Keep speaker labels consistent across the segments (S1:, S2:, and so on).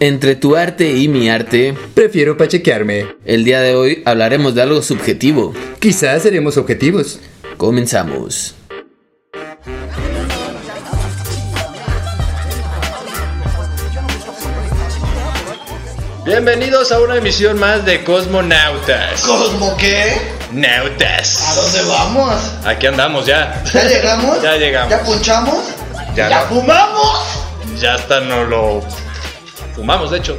S1: Entre tu arte y mi arte,
S2: Prefiero pachequearme.
S1: el día de hoy hablaremos de algo subjetivo.
S2: Quizás seremos objetivos.
S1: Comenzamos.
S3: Bienvenidos a una emisión más de Cosmonautas.
S4: ¿Cosmo qué? ¿A
S3: Nautas.
S4: dónde vamos?
S3: Aquí andamos ya.
S4: ¿Ya llegamos?
S3: Ya llegamos.
S4: ¿Ya punchamos?
S3: Ya no.
S4: fumamos?
S3: Ya hasta no lo fumamos, de hecho.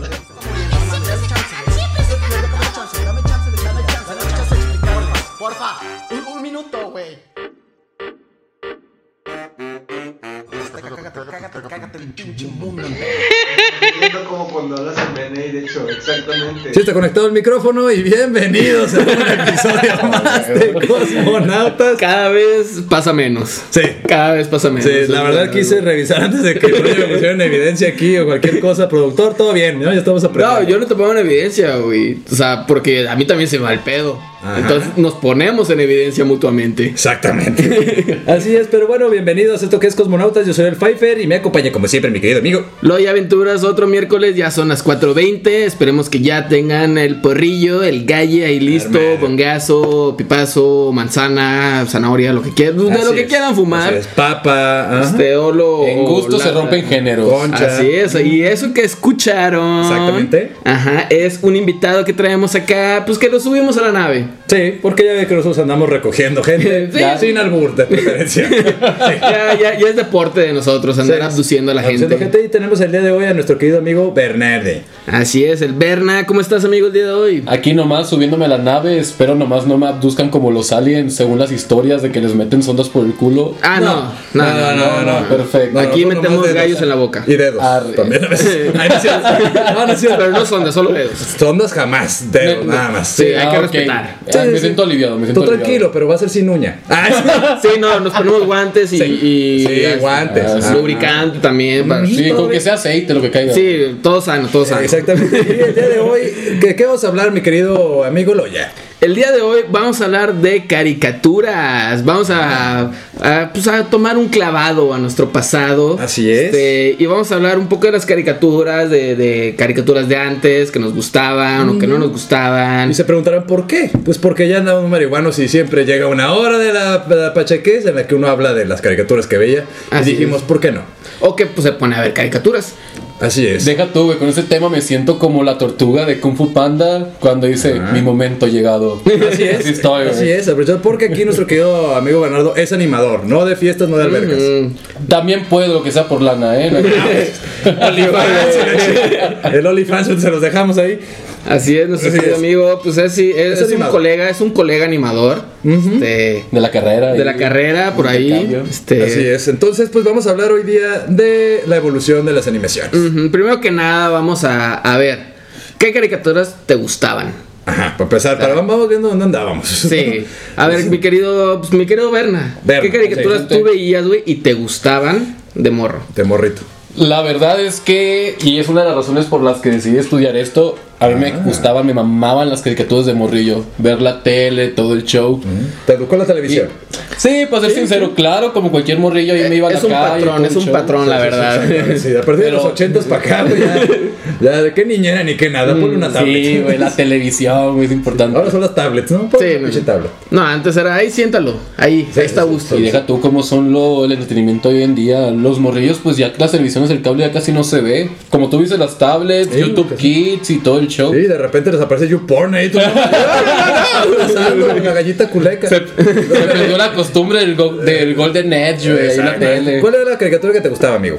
S5: Siento como cuando hablas en BNI, de hecho, exactamente.
S2: Sí está conectado el micrófono y bienvenidos a un episodio más de Cosmonautas.
S1: Cada vez pasa menos.
S2: Sí.
S1: Cada vez pasa menos.
S2: Sí, la verdad quise revisar antes de que me pusieran evidencia aquí o cualquier cosa. Productor, todo bien, ¿no? Ya estamos aprendiendo.
S1: No, yo no te pongo en evidencia, güey. O sea, porque a mí también se me va el pedo.
S2: Ajá.
S1: Entonces nos ponemos en evidencia mutuamente.
S2: Exactamente. Así es, pero bueno, bienvenidos a esto que es Cosmonautas. Yo soy el Pfeiffer y me acompaña como siempre mi querido amigo.
S1: Loy Aventuras, otro miércoles, ya son las 4.20. Esperemos que ya tengan el porrillo, el galle ahí listo,
S2: Armado.
S1: bongazo, pipazo, manzana, zanahoria, lo que quieran, pues, de lo
S2: Así
S1: que
S2: es.
S1: quieran
S2: Así
S1: fumar.
S2: es, Papa. ajá.
S1: Este o lo-
S6: En gusto
S1: o
S6: se
S1: la-
S6: rompen géneros.
S2: Concha.
S1: Así es, y eso que escucharon.
S2: Exactamente.
S1: Ajá, es un invitado que traemos acá, pues que lo subimos a la nave.
S2: Sí, porque ya ve que nosotros andamos recogiendo gente
S1: Sí.
S2: Ya sin albur de preferencia. Sí.
S1: Ya, ya, ya es deporte de nosotros andar
S2: Sí.
S1: abduciendo a la
S2: Abduciendo
S1: gente.
S2: Y tenemos el día de hoy a nuestro querido amigo Bernardi.
S1: Así es, el Berna, ¿cómo estás amigo el día de hoy?
S6: Aquí nomás subiéndome a la nave, espero nomás no me abduzcan como los aliens según las historias de que les meten sondas por el culo.
S1: Ah, no, no, no, no.
S6: no, perfecto.
S1: Aquí
S2: no, no,
S1: metemos
S2: nomás dedos.
S1: gallos en la boca.
S2: Y dedos.
S6: Arre.
S2: También a veces. Ay, no es cierto. No, no es cierto.
S1: Pero no son de solo dedos.
S2: Sondas jamás, dedos,
S6: Me-
S2: nada más.
S1: Sí, hay que
S6: ok.
S1: respetar.
S6: Ah, me siento aliviado, me siento
S2: Tú tranquilo,
S6: aliviado.
S2: pero va a ser sin uña. Ah,
S1: Sí, no, nos ponemos guantes y,
S2: sí.
S1: y-
S2: Sí, guantes.
S6: ah,
S2: Ah,
S1: lubricante también. para-
S6: Sí, con que sea aceite lo que caiga.
S1: Sí, todo sano, todo sano.
S2: Exactamente. Y el día de hoy, ¿de qué vamos a hablar, mi querido amigo Loya?
S1: El día de hoy vamos a hablar de caricaturas. Vamos a, a, pues, a tomar un clavado a nuestro pasado.
S2: Así es.
S1: Este, y vamos a hablar un poco de las caricaturas, de, de caricaturas de antes que nos gustaban o que no nos gustaban.
S2: Y se preguntarán por qué. Pues porque ya andamos marihuanos y siempre llega una hora de la, de la pachequez en la que uno habla de las caricaturas que veía.
S1: Así
S2: y dijimos, ¿por qué no?
S1: O que pues, se pone a ver caricaturas.
S2: Así es.
S6: Deja tú, güey, con ese tema me siento como la tortuga de Kung Fu Panda cuando dice mi momento llegado. Así es. Así estoy, güey.
S2: Así es, aprovechar, porque aquí nuestro querido amigo Bernardo es animador, no de fiestas, no de albercas.
S6: Mm,
S1: Mm,
S6: También puedo lo que sea por lana, ¿eh? No hay que-
S2: El OnlyFans se los dejamos ahí.
S1: Así es, nuestro
S2: Así
S1: querido
S2: es.
S1: amigo. Pues es, sí, es-
S2: Es
S1: es un
S2: animador.
S1: colega, es un colega animador. este,
S6: De la carrera.
S1: de la
S6: y-
S1: carrera, por ahí.
S6: intercambio.
S1: Este,
S2: Así es, entonces pues vamos a hablar hoy día de la evolución de las animaciones.
S6: Mm.
S1: Ujú, Primero que nada, vamos a, a ver. ¿Qué caricaturas te gustaban?
S2: Ajá, para empezar, para vamos viendo dónde andábamos.
S1: Sí. A ver, mi querido, pues, mi querido Berna.
S2: Berna,
S1: ¿Qué caricaturas
S6: sí, sí.
S1: tú veías, güey, y te gustaban de morro?
S2: De morrito.
S6: La verdad es que, y es una de las razones por las que decidí estudiar esto, a mí me
S1: Ah.
S6: gustaban, me mamaban las caricaturas de morrillo, ver la tele, todo el show.
S2: Te educó la televisión.
S6: Sí, para ser sincero, claro, como cualquier morrillo, yo me iba a la
S1: Es un
S6: calle, todo
S1: patrón,
S6: el
S1: es un
S6: show.
S1: patrón, la verdad.
S2: Sí, a partir de los
S6: Pero-
S2: ochentas para acá, güey, ya, ya, de qué niñera ni qué nada, ponle una tablet.
S6: Mm, Sí, güey, la televisión, güey, es importante.
S2: Ahora son las tablets, ¿no? Ponle
S1: Sí,
S2: una pinche
S1: no.
S2: tablet.
S1: No, antes era ahí, siéntalo. Ahí,
S2: Sí,
S1: ahí está a
S2: sí,
S1: gusto.
S6: Y deja tú cómo son lo, el entretenimiento hoy en día. Los morrillos, pues ya las televisiones, el cable ya casi no se ve. Como tú viste las tablets,
S2: Sí,
S6: YouTube
S2: que sí.
S6: Kids y todo el show.
S2: Sí, de repente les aparece YouPorn ahí. Tú, ¡Ah, pasando, la gallita culeca.
S6: Se perdió la costumbre del, go- del Golden Edge, güey, ahí en la tele.
S2: ¿Cuál era la caricatura que te gustaba, amigo?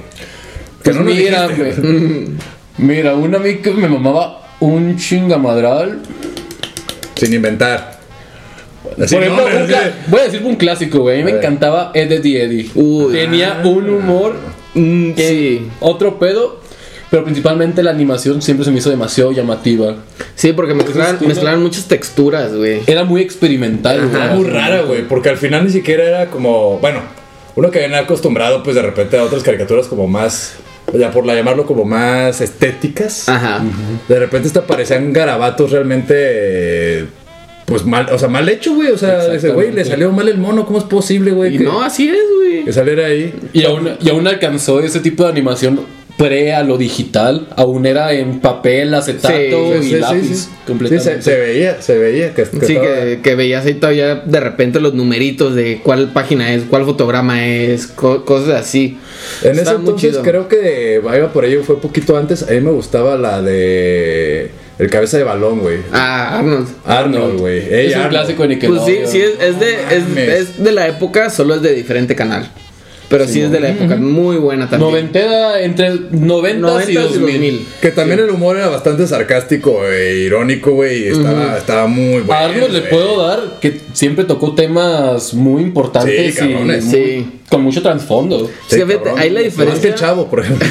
S2: Que
S6: Pues
S2: no nos
S6: mira,
S2: dijiste.
S6: güey. Mira, una a mí que me mamaba un chingamadral.
S2: Sin inventar. Así,
S6: Por ejemplo,
S2: nombres,
S6: un cla-
S2: así
S6: voy a decir un clásico, güey. A mí me
S2: ver.
S6: encantaba Ed Eddie Eddie.
S1: Uy.
S6: Tenía un humor,
S1: Mm, sí.
S6: otro pedo. Pero principalmente la animación siempre se me hizo demasiado llamativa.
S1: Sí, porque mezclaron,
S6: estilo-
S1: mezclaron muchas texturas, güey.
S6: Era muy experimental,
S2: de-
S6: güey.
S2: Muy rara, güey, porque al final ni siquiera era como. Bueno, uno que viene acostumbrado, pues de repente a otras caricaturas como más. O sea, por la llamarlo como más estéticas.
S1: Ajá.
S2: De repente hasta parecían garabatos realmente. eh, Pues mal, o sea, mal hecho, güey. O sea, ese güey le
S6: Exactamente.
S2: salió mal el mono. ¿Cómo es posible, güey?
S1: Y
S2: que-
S1: no, así es, güey.
S2: Que saliera ahí.
S6: Y aún, y aún alcanzó ese tipo de animación pre a lo digital. Aún era en papel, acetato
S1: Sí, sí,
S6: y
S1: sí,
S6: lápiz.
S1: sí, sí.
S6: Completamente.
S1: Sí,
S2: Se veía, se veía que, que
S1: Sí,
S2: estaba-
S1: que, que veías ahí todavía de repente los numeritos de cuál página es, cuál fotograma es, co- cosas así.
S2: En ese
S1: Está muy
S2: entonces
S1: chido.
S2: creo que iba por ello, fue poquito antes. A mí me gustaba la de El Cabeza de Balón, güey.
S1: Ah, Arnold.
S2: Arnold, güey. Ey,
S6: es un
S2: Arnold.
S6: clásico de
S1: Pues sí,
S6: Nickelodeon.
S1: sí, es, es de, es-
S2: mames.
S1: es de la época, solo es de diferente canal. Pero sí, es de la época, muy buena también.
S6: Noventera, entre 90
S1: 90
S6: y 2000.
S2: Que también el humor era bastante sarcástico e irónico, güey. y Estaba, estaba muy bueno.
S6: A Arnold le
S2: güey.
S6: puedo dar que siempre tocó temas muy importantes
S2: Sí, cabrones.
S6: y muy-
S1: Sí,
S6: con mucho trasfondo.
S1: Sí, fíjate,
S2: cabrón.
S1: ahí la
S2: Más que
S1: diferencia-
S2: el chavo, por ejemplo.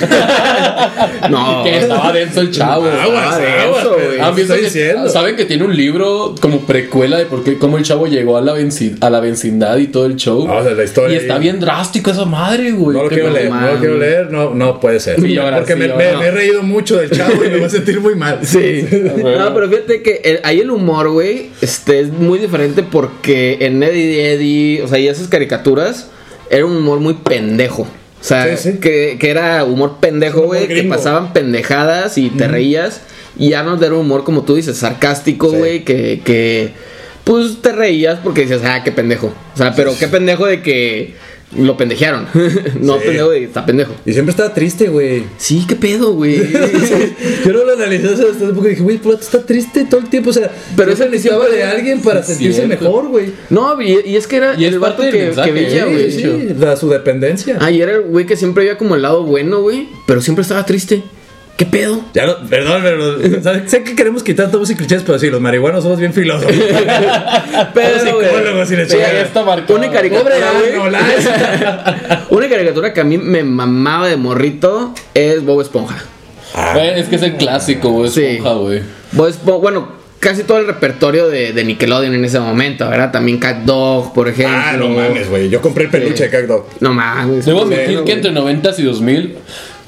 S1: no.
S6: que estaba denso el chavo.
S2: Aguas,
S1: Ah, de
S2: aguas,
S1: eso,
S2: pero
S1: güey.
S2: ¿qué
S6: ¿Han visto
S2: estoy
S6: que-
S2: diciendo?
S6: Saben que tiene un libro como precuela de por qué cómo el chavo llegó a la venci- a la vecindad y todo el show.
S2: Ah, o sea, la historia
S6: y
S2: ahí.
S6: está bien drástico esa madre, güey.
S2: No lo
S6: Qué
S2: quiero
S6: mal-
S2: leer, no
S1: mames.
S2: lo quiero leer, no, no puede ser.
S6: Sí, ahora
S2: Porque
S6: sí,
S2: me,
S6: ahora
S2: me-
S6: no.
S2: me he reído mucho del chavo y me voy a sentir muy mal.
S1: Sí. No, pero fíjate que el- ahí el humor, güey, este, es muy diferente porque en Eddie Eddie, o sea, y esas caricaturas, era un humor muy pendejo. O sea,
S2: Sí, sí.
S1: Que, que era humor pendejo,
S2: Humor
S1: güey, que
S2: gringo.
S1: pasaban pendejadas y te reías. Y Arnold era un humor, como tú dices, sarcástico,
S2: Sí.
S1: güey, que, que, pues te reías porque decías, ah, qué pendejo. O sea, pero qué pendejo de que lo pendejearon. no
S2: Sí.
S1: pendejo de que está pendejo.
S2: Y siempre estaba triste, güey.
S1: Sí, qué pedo, güey.
S2: Yo no lo analicé hace bastante poco y dije, güey, Plato está triste todo el tiempo. O sea,
S1: Pero
S2: pero
S1: ese
S2: eso necesitaba
S1: siempre-
S2: de alguien para
S6: Sí,
S2: sentirse
S6: cierto.
S2: mejor, güey.
S1: No, y, y es que era
S6: Y es
S1: el vato
S6: parte del
S1: que, que
S6: mensaje,
S1: veía,
S6: ¿eh?
S1: güey.
S2: Sí, sí, la, su dependencia.
S1: Ah, y era el güey que siempre veía como el lado bueno, güey. Pero siempre estaba triste. ¿Qué pedo?
S2: Ya no, perdón, pero ¿sabes? sé que queremos quitar todos y clichés, pero sí, los marihuanos somos bien filosos.
S1: Pero,
S2: psicólogos y la
S1: Sí,
S2: chingada.
S1: ahí está marcado. Una
S2: Pobre
S1: caricatura, güey.
S2: Arnold, ah,
S1: Una caricatura que a mí me mamaba de morrito es Bob Esponja.
S6: Güey, es que es el clásico, güey.
S1: Sí.
S6: Esponja, güey.
S1: Bob Esponja, bueno, casi todo el repertorio de, de Nickelodeon en ese momento, ¿verdad? También Cat Dog, por ejemplo.
S2: Ah, no mames, güey. Yo compré el peluche de Cacto.
S1: No mames.
S6: Debo
S1: Sí,
S6: admitir
S1: güey.
S6: que entre 90 y 2000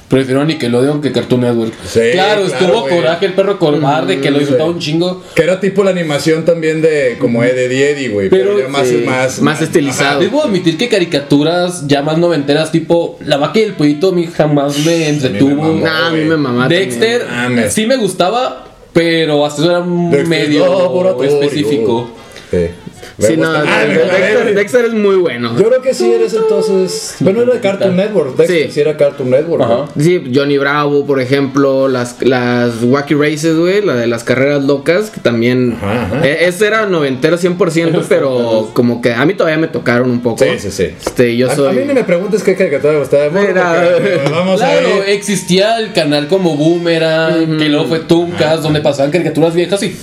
S6: prefiero a Nickelodeon que Cartoon Network.
S2: Sí,
S6: claro,
S2: claro,
S6: estuvo
S2: güey.
S6: coraje el perro cobarde que lo disfrutaba
S2: sí.
S6: un chingo.
S2: Que era tipo la animación también de como Ed, Ed, Eddy, güey. Pero,
S6: Pero,
S2: ya más,
S1: sí,
S2: más,
S1: más estilizado.
S6: Debo admitir que caricaturas ya más noventeras, tipo La vaca y el pollito, a mí jamás me entretuvo.
S2: mamó.
S1: Nah, a mí me mamaba.
S6: Dexter
S2: también. Mames.
S6: sí me gustaba, pero hasta eso era un
S2: Dexter's
S6: medio
S2: Laboratorio.
S6: específico.
S2: Sí.
S1: también. Sí, no,
S2: Ah, me
S1: Dexter,
S2: aclaré.
S1: Dexter es muy bueno.
S2: Yo creo que sí eres entonces. Bueno, era de Cartoon Network. Dexter
S1: Sí.
S2: sí, era Cartoon Network.
S6: Ajá.
S2: güey.
S1: Sí, Johnny Bravo, por ejemplo, las, las Wacky Races, güey, la de las carreras locas, que también...
S2: Ajá, ajá.
S1: Eh, ese era noventero 100%, pero como que a mí todavía me tocaron un poco.
S2: Sí, sí, sí.
S1: Este, yo
S2: a,
S1: soy...
S2: a mí ni me preguntes qué caricatura me gustaba. bueno,
S1: Mira,
S2: porque,
S1: eh,
S2: vamos a
S6: Claro,
S2: ir.
S6: existía el canal como Boomerang, que luego fue Tuncas, donde pasaban caricaturas viejas y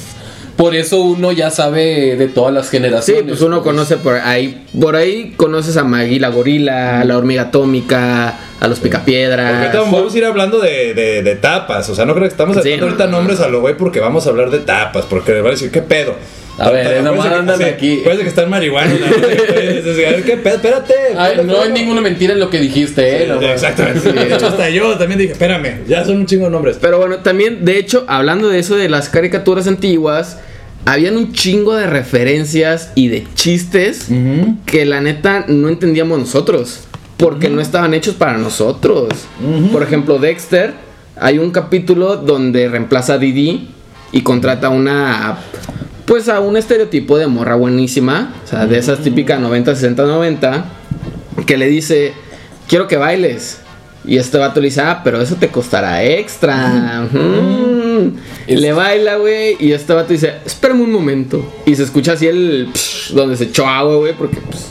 S6: por eso uno ya sabe de todas las
S1: Sí,
S6: generaciones.
S1: pues uno conoce por ahí... Por ahí conoces a Maggie la gorila, a la hormiga atómica, a los
S2: Porque
S1: picapiedras.
S2: ahorita vamos a ir hablando de, de, de tapas. O sea, no creo que estamos
S1: Ah, Sí,
S2: haciendo
S1: no,
S2: ahorita
S1: no,
S2: nombres a lo güey porque vamos a hablar de tapas. Porque le van a decir, ¿qué pedo?
S6: A ver,
S2: Acuérdense
S6: nomás
S2: que-
S6: andan
S2: sí,
S6: aquí.
S2: Parece que están marihuanos. ¿no? Entonces, a ver, ¿Qué pedo? Espérate.
S6: Ay,
S2: espérate,
S6: Ah, no hay
S2: espérate.
S6: ninguna mentira en lo que dijiste, eh. nomás.
S2: Exactamente. De hecho, hasta yo también dije, espérame, ya son un chingo de nombres.
S1: Pero bueno, también, de hecho, hablando de eso de las caricaturas antiguas, habían un chingo de referencias y de chistes que la neta no entendíamos nosotros. Porque no estaban hechos para nosotros. Por ejemplo, Dexter, hay un capítulo donde reemplaza a Didi y contrata a una. Pues a un estereotipo de morra buenísima. O sea, de esas típicas 90, 60, 90. Que le dice: Quiero que bailes. Y este vato le dice, ah, pero eso te costará extra. ujú". Y le baila, güey. Y este vato dice, espérame un momento. Y se escucha así el... psh, donde se echó agua, güey. Porque pues...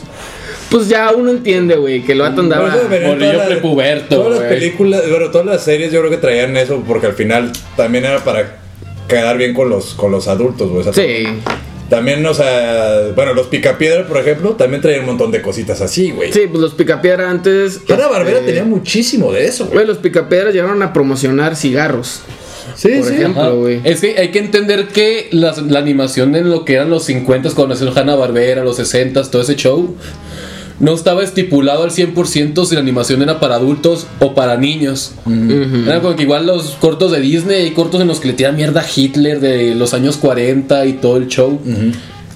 S1: Pues ya uno entiende, güey, que el vato andaba...
S2: Por eso deberían
S6: Morrillo
S2: todas las-
S6: prepuberto,
S2: Todas las
S6: güey.
S2: películas, bueno, todas las series yo creo que traían eso porque al final también era para quedar bien con los, con los adultos, güey. o sea,
S1: Sí.
S2: También, o sea, bueno, los Picapiedra, por ejemplo, también traían un montón de cositas así, güey.
S1: Sí, pues los picapiedra antes...
S2: Hanna Barbera
S1: este,
S2: tenía muchísimo de eso, güey.
S1: Güey, los picapiedras llegaron a promocionar cigarros.
S2: Sí,
S1: por ejemplo.
S6: Ajá.
S1: güey.
S6: Es que hay que entender que las- la, animación en lo que eran los 50 cuando nació Hanna Barbera, los 60 todo ese show, no estaba estipulado al 100% si la animación era para adultos o para niños. Era como que igual los cortos de Disney, hay cortos en los que le tiran mierda a Hitler de los años 40 y todo el show.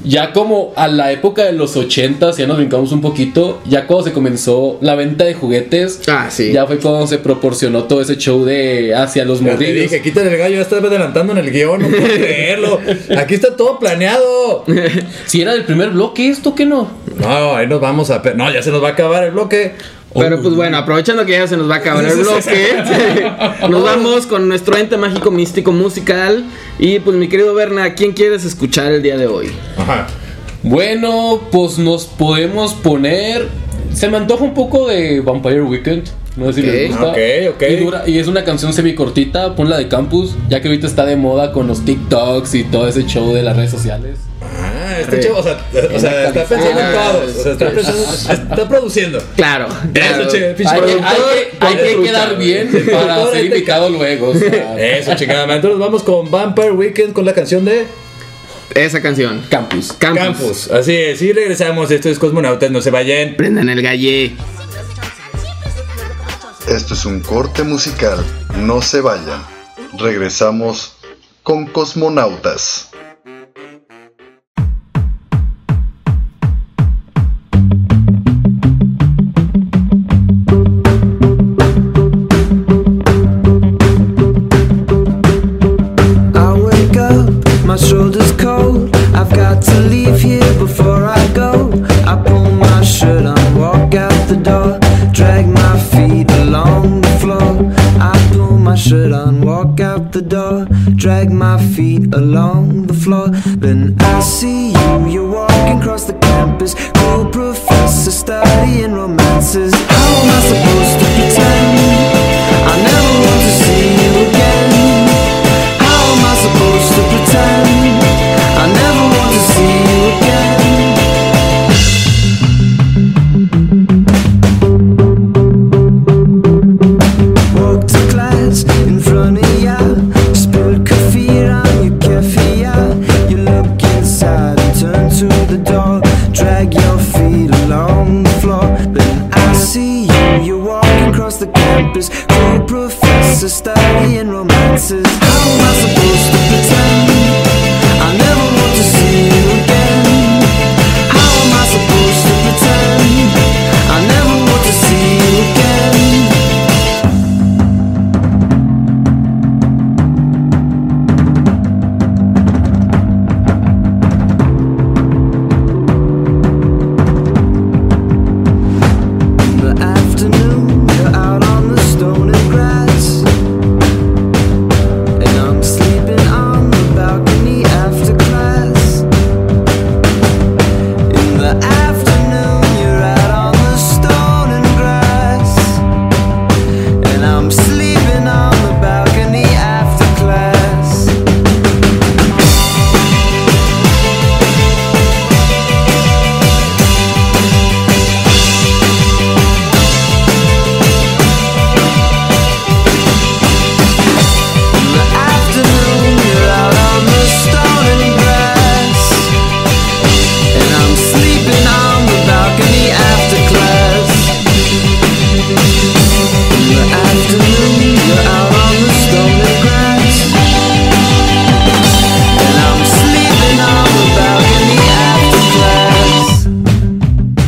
S6: Ya como a la época de los 80, ya nos brincamos un poquito, ya cuando se comenzó la venta de juguetes,
S1: Ah, sí.
S6: ya fue cuando se proporcionó todo ese show de hacia los
S2: Ya te
S6: morridos.
S2: dije, quiten el gallo, ya estás adelantando en el guión, no puedo creerlo. Aquí está todo planeado.
S6: Si era del primer bloque esto, que no?
S2: No, ahí nos vamos a... pe- No, ya se nos va a acabar el bloque.
S1: Pero
S6: Oh.
S1: pues bueno, aprovechando que ya se nos va a acabar el bloque,
S2: Oh.
S1: nos vamos con nuestro ente mágico místico musical. Y pues mi querido Berna, ¿a quién quieres escuchar el día de hoy?
S2: Ajá.
S6: Bueno, pues nos podemos poner. Se me antoja un poco de Vampire Weekend. No sé si
S1: Ok.
S6: les gusta.
S2: Ok, ok.
S6: Y, dura- y es una canción semicortita, ponla de campus, ya que ahorita está de moda con los TikToks y todo ese show de las redes sociales.
S2: Ah, este chavo, o sea, o sea, está pensando en todos. O sea, está pensando- está produciendo.
S1: Claro. claro.
S2: Eso, che, pinche
S6: Hay que,
S2: productor.
S6: hay que- hay que quedar bien para
S2: Productor,
S6: ser
S2: ahí te
S6: invitado luego. o sea,
S2: Eso, chingada. madre. Entonces vamos con Vampire Weekend con la canción de
S1: Esa canción.
S6: campus.
S1: Campus.
S2: Campus. Así es, y regresamos. Esto es Cosmonautas, no se vayan.
S1: Prendan el galle.
S7: Esto es un corte musical, no se vayan. Regresamos con Cosmonautas.
S8: I wake up, my shoulder's cold. I've got to leave here before I go. I pull my shirt on, walk out the door, drag my feet along the floor. I pull my shirt on, walk out the door, drag my feet along the floor. Then I see you, you're walking across the campus, cool professor studying romances. How am I supposed to pretend? I never want to see you again. How am I supposed to pretend? I never want to see you again. Walk to class in front of ya. Spilled coffee on your kefir. You look inside and turn to the door. Drag your feet along the floor. Then I see you. You're walking across the campus. Cool professor studying romances. How am I supposed to pretend? I never want to see you again. How am I supposed to pretend? I never want to see you again. the afternoon, you're out on the stone and grass. And I'm sleeping on the balcony after class. In the afternoon, you're out on the stone and grass. And I'm sleeping on the balcony after class. afternoon, you're out on the stone and grass. And I'm sleeping on the balcony after class. In the afternoon, you're out on the stone and grass. And I'm sleeping on the balcony after class.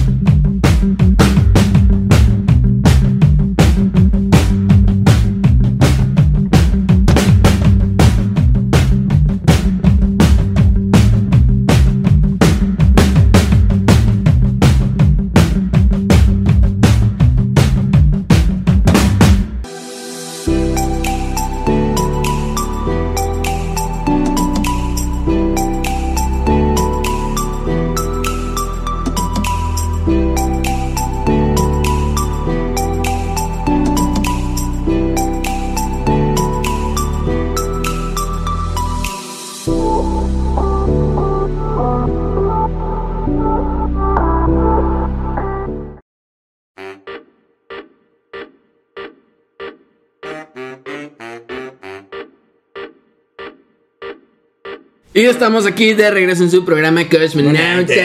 S1: Y estamos aquí de regreso en su programa Cosmonautas.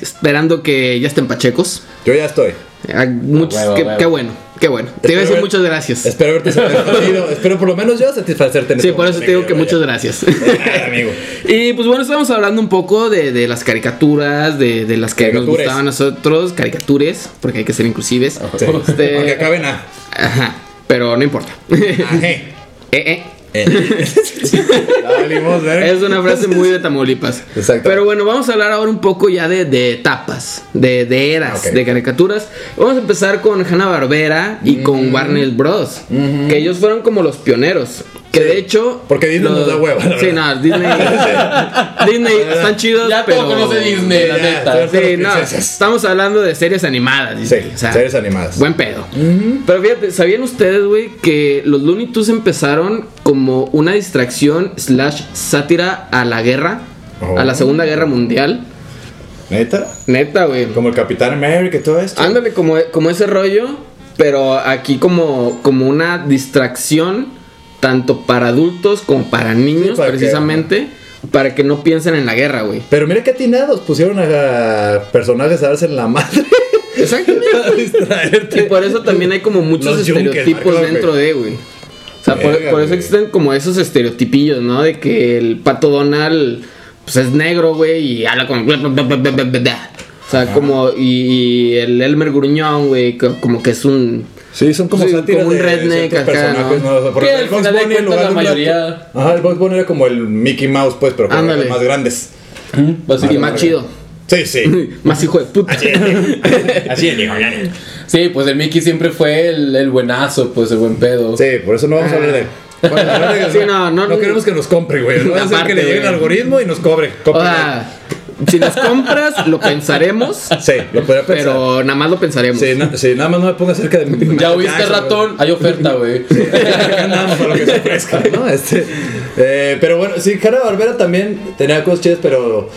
S1: Esperando que ya estén pachecos.
S2: Yo ya estoy.
S1: Ah, muchos-
S6: Huevo,
S1: qué,
S6: huevo.
S1: qué bueno, qué, Qué bueno. Te iba a decir
S2: ver-
S1: muchas gracias.
S2: Espero haberte satisfacido. Espero por lo menos yo satisfacerte en
S1: Sí,
S2: este
S1: por eso te digo
S2: momento,
S1: que muchas
S2: amigo,
S1: gracias.
S2: vaya. Ah, amigo.
S1: Y pues bueno, estábamos hablando un poco de, de las caricaturas, de, de las que nos
S2: Caricatures.
S1: gustaban a nosotros, caricatures, porque hay que ser inclusives.
S2: Sí.
S1: Este-
S2: Aunque acaben a.
S1: Ajá, pero no importa.
S2: Ajé.
S1: Eh, eh.
S2: Ya valimos, verga.
S1: Es una frase muy de Tamaulipas.
S2: Exacto.
S1: Pero bueno, vamos a hablar ahora un poco ya de, de etapas, de, de eras,
S2: Ok.
S1: de caricaturas. Vamos a empezar con Hanna Barbera
S2: Mm.
S1: y con Warner Bros. Que ellos fueron como los pioneros. Que de hecho.
S2: Mm-hmm. Porque Disney nos da hueva, la
S1: Sí,
S2: verdad.
S1: no, Disney. Disney están chidos.
S6: Ya todo
S1: pero...
S6: conoce Disney, la
S2: Ya,
S6: neta.
S2: estoy-
S1: Sí, no,
S2: Princesas.
S1: estamos hablando de series animadas.
S2: Sí,
S1: Disney, o sea,
S2: series animadas.
S1: Buen pedo. Pero fíjate, ¿sabían ustedes, güey, que los Looney Tunes empezaron como una distracción slash sátira a la guerra?
S2: Oh.
S1: A la Segunda Guerra Mundial.
S2: ¿Neta?
S1: Neta, güey.
S2: Como el Capitán América y todo esto.
S1: Ándale, como, como ese rollo, pero aquí como, como una distracción, tanto para adultos como para niños,
S2: para que-
S1: precisamente, para que no piensen en la guerra, güey.
S2: Pero mira qué atinados pusieron a personajes a darse en la madre.
S1: Exactamente.
S2: Para distraerte.
S1: Y por eso también hay como muchos
S2: Los yunques,
S1: estereotipos
S2: marcado,
S1: dentro
S2: güey.
S1: de, güey. O sea, por,
S2: Verga,
S1: por eso
S2: güey.
S1: existen como esos estereotipillos, ¿no? De que el pato Donald pues es negro, güey, y habla como... O sea, como... Y, y el Elmer Gruñón, güey, co- como que es un...
S2: Sí, son como
S1: Sí,
S2: sátiras
S1: como un
S2: de
S1: redneck
S2: ciertos
S1: acá,
S2: personajes,
S1: ¿no?
S2: ¿no? O sea, porque
S6: Que al
S2: el Bugs
S6: final de
S2: Bunny en
S6: cuentas,
S2: lugar
S6: la
S2: de un
S6: mayoría-
S2: gato- Ajá, el Bugs Bunny era como el Mickey Mouse, pues, pero con
S1: Ándale.
S2: gatos más grandes.
S1: Y
S6: Básicamente.
S1: más chido.
S2: Sí, sí.
S1: Más hijo de puta.
S2: Así es, así es, dijo Yanni.
S6: Sí, pues el Mickey siempre fue el, el buenazo, pues el buen pedo.
S2: Sí, por eso no vamos a hablar de él. Bueno, la verdad
S1: Sí,
S2: que
S1: no, no-
S2: queremos que nos compre, güey. No va a ser
S1: Aparte,
S2: que le llegue el
S1: güey.
S2: algoritmo y nos cobre.
S1: O
S2: Cómprale.
S1: sea, si las compras, lo pensaremos,
S2: sí, lo podría pensar.
S1: pero nada más lo pensaremos.
S2: Sí, na- sí, nada más no me ponga cerca de mi.
S6: Ya oíste ratón, hay oferta, güey.
S2: nada más para lo que se ofrezca, ¿no? Este, eh, pero bueno, sí, Hanna Barbera también tenía cosas chidas, pero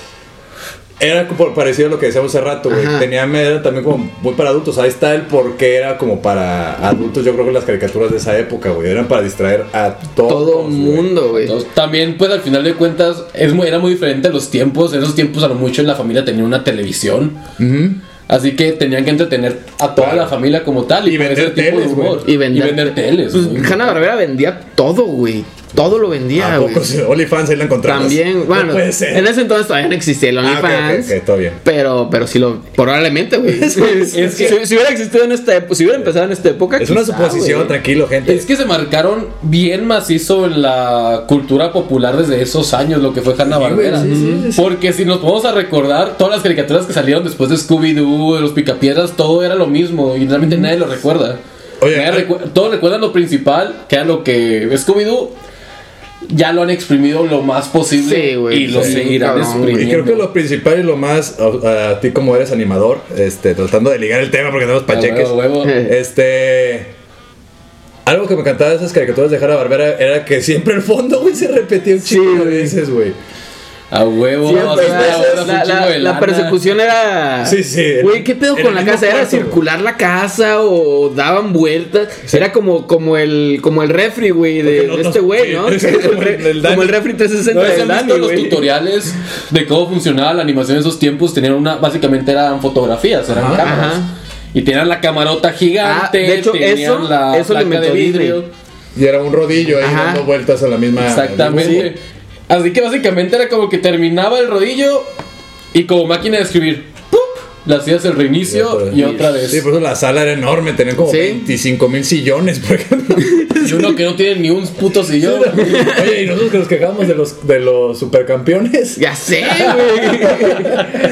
S2: era como parecido a lo que decíamos hace rato, güey.
S1: Ajá.
S2: Tenía era también como muy para adultos. Ahí está el por qué era como para adultos. Yo creo que las caricaturas de esa época, güey, eran para distraer a todos,
S1: Todo
S2: güey.
S1: mundo, güey.
S6: Entonces, también, pues al final de cuentas, es muy, era muy diferente a los tiempos. En esos tiempos, a lo mucho en la familia tenía una televisión. Así que tenían que entretener a toda
S2: Claro.
S6: la familia como tal.
S2: Y
S6: con
S2: vender teles, güey.
S1: Y vender,
S6: teles. güey.
S1: Pues Hanna Barbera vendía todo, güey. Todo lo
S2: ¿A
S1: vendía, güey.
S2: poco sí? OnlyFans ahí la encontramos?
S1: También,
S2: No
S1: bueno,
S2: puede ser.
S1: en ese entonces todavía no existía el
S2: Ah, ok, ok,
S1: OnlyFans.
S2: ok, todo bien.
S1: Pero, pero sí lo. Probablemente, güey. Es que- si, si hubiera existido en esta época, si hubiera empezado en esta época.
S2: Es una
S1: quizá,
S2: suposición,
S1: güey.
S2: tranquilo, gente.
S6: Es que se marcaron bien macizo en la cultura popular desde esos años, lo que fue Hanna Barbera.
S2: güey, sí, sí, sí, sí.
S6: Porque si nos podemos a recordar, todas las caricaturas que salieron después de Scooby-Doo, de los Picapiedras, todo era lo mismo y realmente nadie lo recuerda.
S2: Oye,
S6: Nadie
S2: ah-
S6: recu- todos recuerdan lo principal, que era lo que Scooby-Doo ya lo han exprimido lo más posible
S1: Sí, güey,
S6: y lo
S1: sí,
S6: seguirán
S1: cabrón,
S6: exprimiendo.
S2: Y creo que lo principal y lo más, a, a ti como eres animador, este, tratando de ligar el tema porque tenemos
S6: A
S2: pacheques.
S6: huevo, a huevo.
S2: Este. Algo que me encantaba de esas caricaturas de Hanna Barbera era que siempre el fondo, güey, se repetía un chico de veces, güey.
S6: A huevo,
S1: Siempre,
S6: o sea,
S1: güey,
S6: ahora es un
S1: la,
S6: chingo
S1: la-
S6: de
S1: la
S6: lana.
S1: persecución era.
S2: Sí, sí.
S1: Güey, ¿qué pedo
S2: En
S1: con
S2: el
S1: la
S2: mismo
S1: casa? ¿Era
S2: cuarto, güey.
S1: circular la casa o daban vueltas? Era como, como, el, como el refri, güey, de,
S2: Porque no-
S1: de este
S2: no-
S1: güey,
S2: sí,
S1: ¿no?
S2: es como el del Dani.
S1: como el refri 360
S6: ¿No
S1: del
S6: habían
S1: Dani,
S6: visto los
S1: güey.
S6: tutoriales de cómo funcionaba la animación en esos tiempos? Tenían una, básicamente eran fotografías, eran
S2: Ajá.
S6: cámaras.
S1: Ajá.
S6: Y tenían la camarota
S1: Ah,
S6: gigante,
S1: de hecho,
S6: tenían
S1: eso,
S6: la
S1: eso lo
S6: placa
S1: inventó
S6: de vidrio.
S1: Disney. Ah,
S2: Y era un rodillo ahí
S1: Ajá.
S2: dando vueltas a la misma.
S6: Exactamente. Así que básicamente era como que terminaba el rodillo y como máquina de escribir, ¡pup! le hacías el reinicio y otra vez.
S2: Sí, por eso la sala era enorme, tenían como
S1: Sí.
S2: 25 mil sillones, por ejemplo.
S6: Y uno que no tiene ni un puto sillón.
S2: Oye, y nosotros que nos quejamos de los, de los supercampeones.
S1: Ya sé, güey.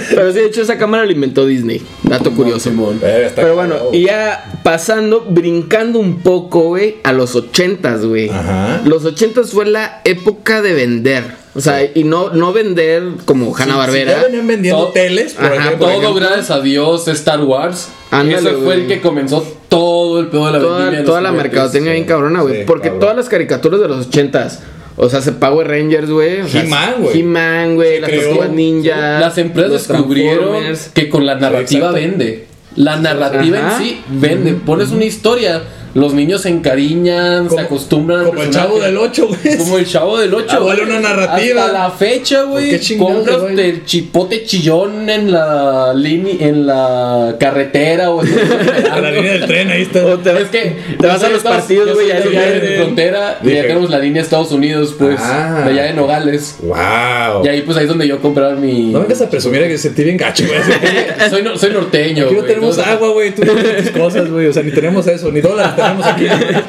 S1: Pero sí, de hecho, esa cámara la inventó Disney. Dato curioso.
S6: Simón.
S2: Verga, Eh, está
S1: Pero bueno,
S2: cabrón, güey.
S1: y ya pasando, brincando un poco, güey, a los ochentas, güey.
S2: Ajá.
S1: Los ochentas fue la época de vender. O sea, y no, no vender como Hanna
S2: Ya
S1: Barbera.
S2: venían vendiendo
S6: Todo-
S2: teles, por
S1: Ajá,
S2: ejemplo,
S6: Todo
S2: acá.
S6: gracias a Dios, Star Wars.
S1: Ándale,
S6: Ese fue
S1: güey.
S6: el que comenzó todo el pedo de la vendimia
S1: toda,
S6: de
S1: toda
S6: los
S1: la
S6: juguetes.
S1: mercadotecnia bien cabrona, güey.
S2: Sí,
S1: porque
S2: cabrón.
S1: todas las caricaturas de los ochentas, o sea, se Power Rangers, güey. o sea,
S2: He-Man, güey.
S1: He-Man, güey. Las
S2: creó.
S1: tortugas ninja.
S6: Las empresas
S1: los
S6: descubrieron
S1: Transformers.
S6: que con la narrativa
S2: exacto.
S6: vende. La narrativa
S1: Ajá.
S6: en sí vende. Pones una historia Los niños se encariñan, se
S2: Como-
S6: acostumbran al
S2: Como el
S6: personaje.
S2: chavo del 8, güey.
S6: Como el chavo del 8.
S2: Abuela, una narrativa.
S6: Hasta la fecha, güey.
S2: ¿Por qué chingados le
S6: Compras
S2: doy?
S6: el chipote chillón en la línea, en la carretera o
S2: A la línea del tren, ahí está.
S1: O te-
S6: Es que
S1: te vas a los
S6: estás-
S1: partidos,
S6: yo
S1: güey,
S6: soy
S1: ya
S6: de
S1: no
S6: allá de
S2: vienen.
S6: frontera y
S2: Dije.
S6: ya tenemos la línea de Estados Unidos, pues,
S2: Ah.
S6: de allá de Nogales.
S2: Wow.
S6: Y ahí pues ahí es donde yo compraba mi
S2: No vengas a presumir que sentí bien gacho, güey.
S6: Eh, soy, no- soy norteño.
S2: Aquí no
S6: güey,
S2: tenemos
S6: entonces-
S2: agua, güey. Tú tienes tus cosas, güey. O sea, ni tenemos eso, ni dólares tenemos aquí. Ah,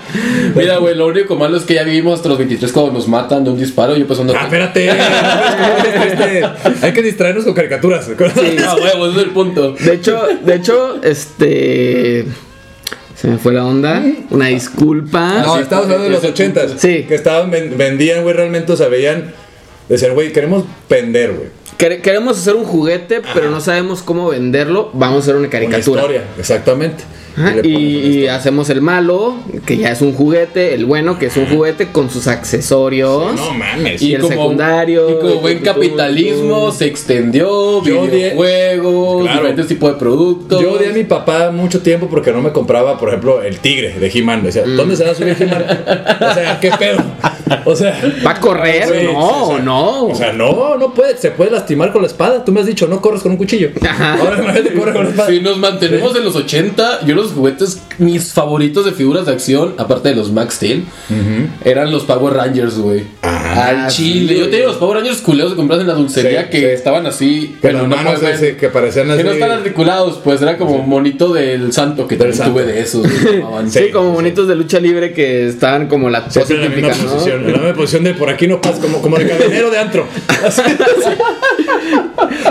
S6: Mira, güey, lo único malo es que ya vivimos hasta los 23 cuando nos matan de un disparo. Yo pues ando.
S2: Ah, espérate. Este, Hay que distraernos con caricaturas.
S6: Ah, huevo, ese es el punto.
S1: De hecho, de hecho, este. Se me fue la onda. Una disculpa.
S2: No,
S6: sí,
S2: estamos hablando de los
S6: ese punto.
S2: ochentas.
S1: Sí.
S2: Que estaban, ven- vendían, güey, realmente, o sea, veían. Decían, güey, queremos vender, güey.
S1: Quere- Queremos hacer un juguete, pero no sabemos cómo venderlo. Vamos a hacer una
S2: Una
S1: caricatura.
S2: historia, exactamente.
S1: Ajá,
S2: le
S1: Y,
S2: pones una
S1: y hacemos el malo, que ya es un juguete, el bueno, que es un juguete con sus accesorios.
S2: No mames.
S1: Y el secundario,
S6: Y como
S1: y
S6: buen
S1: tu, tu, tu,
S6: capitalismo
S1: tu.
S6: se extendió,
S2: Yo odié-
S6: videojuegos,
S2: Claro.
S6: diferentes tipos de productos.
S2: Yo odié a mi papá mucho tiempo porque no me compraba, por ejemplo, el tigre de He-Man. Decía,
S1: Mm.
S2: ¿dónde se va a subir He-Man? O sea, ¿qué pedo? O sea.
S1: ¿Va a correr?
S2: güey,
S1: no,
S2: Pues, o sea,
S1: no.
S2: O sea, no, no puede. Se puede lastimar con la espada. Tú me has dicho, no corres con un cuchillo. Ahora imagínate, corre con la espada.
S6: Si nos mantenemos en los 80, yo los juguetes, mis favoritos de figuras de acción, aparte de los Max Steel, eran los Power Rangers, güey. Al chile. yo tenía los Power Rangers culeos que compras en la dulcería
S2: Ah, Sí,
S6: que
S2: sí.
S6: estaban así.
S2: Con
S6: bueno,
S2: las
S6: no
S2: manos
S6: pueden-
S2: ese que parecían así.
S6: Que no están articulados, pues era como monito del santo que
S2: Del
S6: también tuve
S2: santo.
S6: de esos. güey, se llamaban.
S1: sí,
S2: sí,
S1: como
S2: sí,
S1: bonitos de lucha libre que estaban como la pose
S2: Se hacen en la misma
S1: típica, ¿no?
S2: posición. En la misma posición de por aquí no pasa, como, como de cadenero de antro.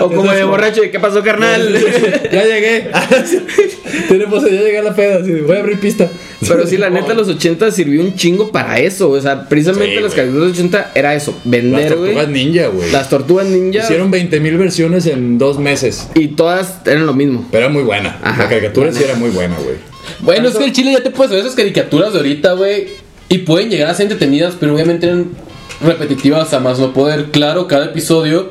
S1: O como de borracho, ¿y ¿qué pasó, carnal?
S2: ya llegué. Tenemos, ya llegué a la peda. así, Voy a abrir pista.
S1: Pero sí, la neta, los 80 sirvió un chingo para eso. O sea, precisamente
S2: Sí,
S1: las
S2: güey.
S1: caricaturas de los 80 era eso:
S2: Las
S1: vender,
S2: tortugas
S1: güey.
S2: ninja, güey.
S1: Las tortugas ninja.
S2: Hicieron 20.000 versiones en dos meses.
S1: Y todas eran lo mismo.
S2: Pero era muy buena.
S1: Ajá.
S2: la caricatura sí era muy buena, güey.
S6: Bueno, es que el chile ya te puedes ver esas caricaturas de ahorita, güey. Y pueden llegar a ser entretenidas, pero obviamente eran repetitivas a más no poder. Claro, cada episodio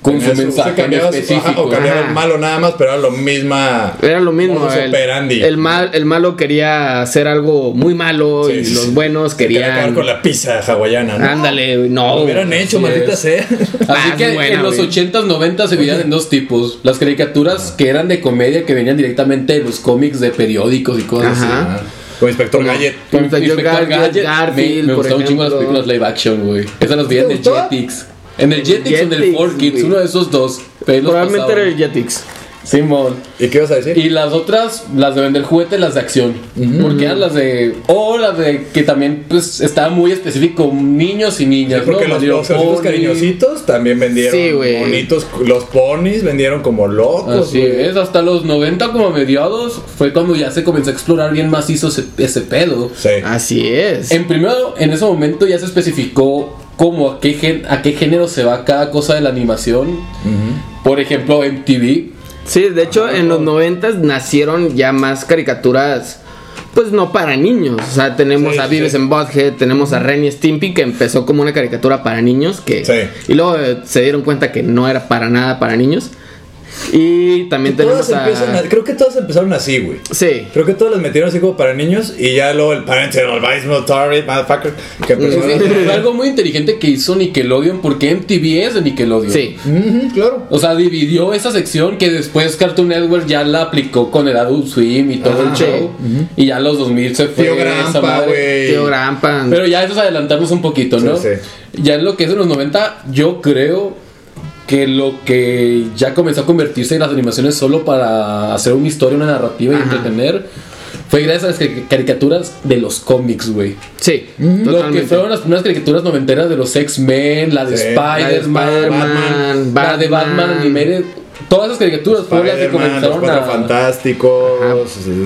S6: con su
S2: Tenías- o sea,
S6: mensaje en
S2: cambiabas- ajá,
S6: específico.
S2: o cambiaba
S1: Ajá.
S2: el malo nada más, pero era lo misma.
S1: Era lo mismo.
S2: Modus
S1: El,
S2: operandi.
S1: el mal, el malo quería hacer algo muy malo
S2: Sí,
S1: y
S2: sí,
S1: los
S2: sí.
S1: buenos
S2: Quería acabar
S1: querían.
S2: con la pizza hawaiana, Ah, ¿no?
S1: Ándale, güey, no.
S2: Lo hubieran
S1: güey.
S2: hecho, maldita sea.
S6: Así
S1: Ah,
S6: que
S1: es buena,
S6: en los
S1: güey.
S6: 80s, 90s se veían en dos tipos. Las caricaturas que eran de comedia, que venían directamente de los cómics de periódicos y cosas así.
S1: Ajá.
S2: Con Inspector Gallet.
S1: Como Inspector
S6: Inspector
S1: Gadget,
S6: Gadget,
S1: Garfield,
S6: me, me
S1: por
S6: gustaban un chingo las
S1: ejemplo.
S6: películas live action, güey. Esas las veía en
S2: ¿Te
S6: el
S2: gustaba?
S6: Jetix. En el Jetix o en el
S1: Jetix,
S6: 4 Kids,
S1: güey.
S6: uno de esos dos. pero ahí los
S1: Probablemente
S6: pasaban.
S1: era el Jetix.
S6: Simón.
S2: ¿Y qué ibas a decir?
S6: Y las otras, las de vender juguetes, las de acción. Porque eran las de. O las de que también pues estaba muy específico, niños y niñas.
S2: Sí, porque
S6: ¿no?
S2: los,
S6: Mario
S2: los ositos
S6: Pony.
S2: cariñositos también vendieron
S1: Sí, güey.
S2: bonitos. Los ponis vendieron como locos.
S6: Así
S2: güey.
S6: es, hasta los 90 como mediados fue cuando ya se comenzó a explorar bien macizo ese, ese pedo.
S2: Sí.
S1: Así es.
S6: En primero, en ese momento ya se especificó como a qué, gen- a qué género se va cada cosa de la animación. Por ejemplo, MTV.
S1: Sí, de hecho,
S2: Ah,
S1: en los noventas nacieron ya más caricaturas, pues no para niños. O sea, tenemos
S2: Sí,
S1: a
S2: sí,
S1: Vives
S2: sí.
S1: en Butthead, tenemos a Ren y Stimpy, que empezó como una caricatura para niños, que...
S2: Sí.
S1: Y luego eh, se dieron cuenta que no era para nada para niños. Y también
S2: Todas
S1: tenemos a...
S2: empiezan a- Creo que todas empezaron así, güey.
S1: Sí.
S2: Creo que todas las metieron así como para niños y ya luego el Parental Advisement Target, motherfucker, que empezó
S1: Sí,
S2: a-
S6: Fue algo muy inteligente que hizo Nickelodeon porque MTV es de Nickelodeon.
S1: Sí.
S2: Ujú, claro.
S6: O sea, dividió esa sección que después Cartoon Network ya la aplicó con el Adult Swim y todo el
S1: sí.
S6: show. Y ya los 2000 se fue
S2: Ah, Tío
S6: esa
S2: Grampa,
S6: madre.
S2: güey.
S1: Tío Grampa.
S6: Pero ya eso es adelantarnos un poquito, ¿no?
S2: Sí,
S6: Ya en lo que es en los 90, yo creo que lo que ya comenzó a convertirse en las animaciones solo para hacer una historia, una narrativa y
S1: Ajá.
S6: entretener, fue gracias a las cari- caricaturas de los cómics, güey.
S1: Sí.
S6: Lo que
S1: totalmente.
S6: fueron las primeras caricaturas noventeras de los X-Men, la de
S2: Sí.
S1: La de
S6: Spider-Man,
S1: Spider-Man,
S6: la de Batman
S1: Batman.
S6: animated, todas esas caricaturas fueron las que
S2: Spider-Man, los
S6: comenzaron
S2: cuatro
S6: a...
S1: Ajá.
S2: fantásticos.
S1: Ah,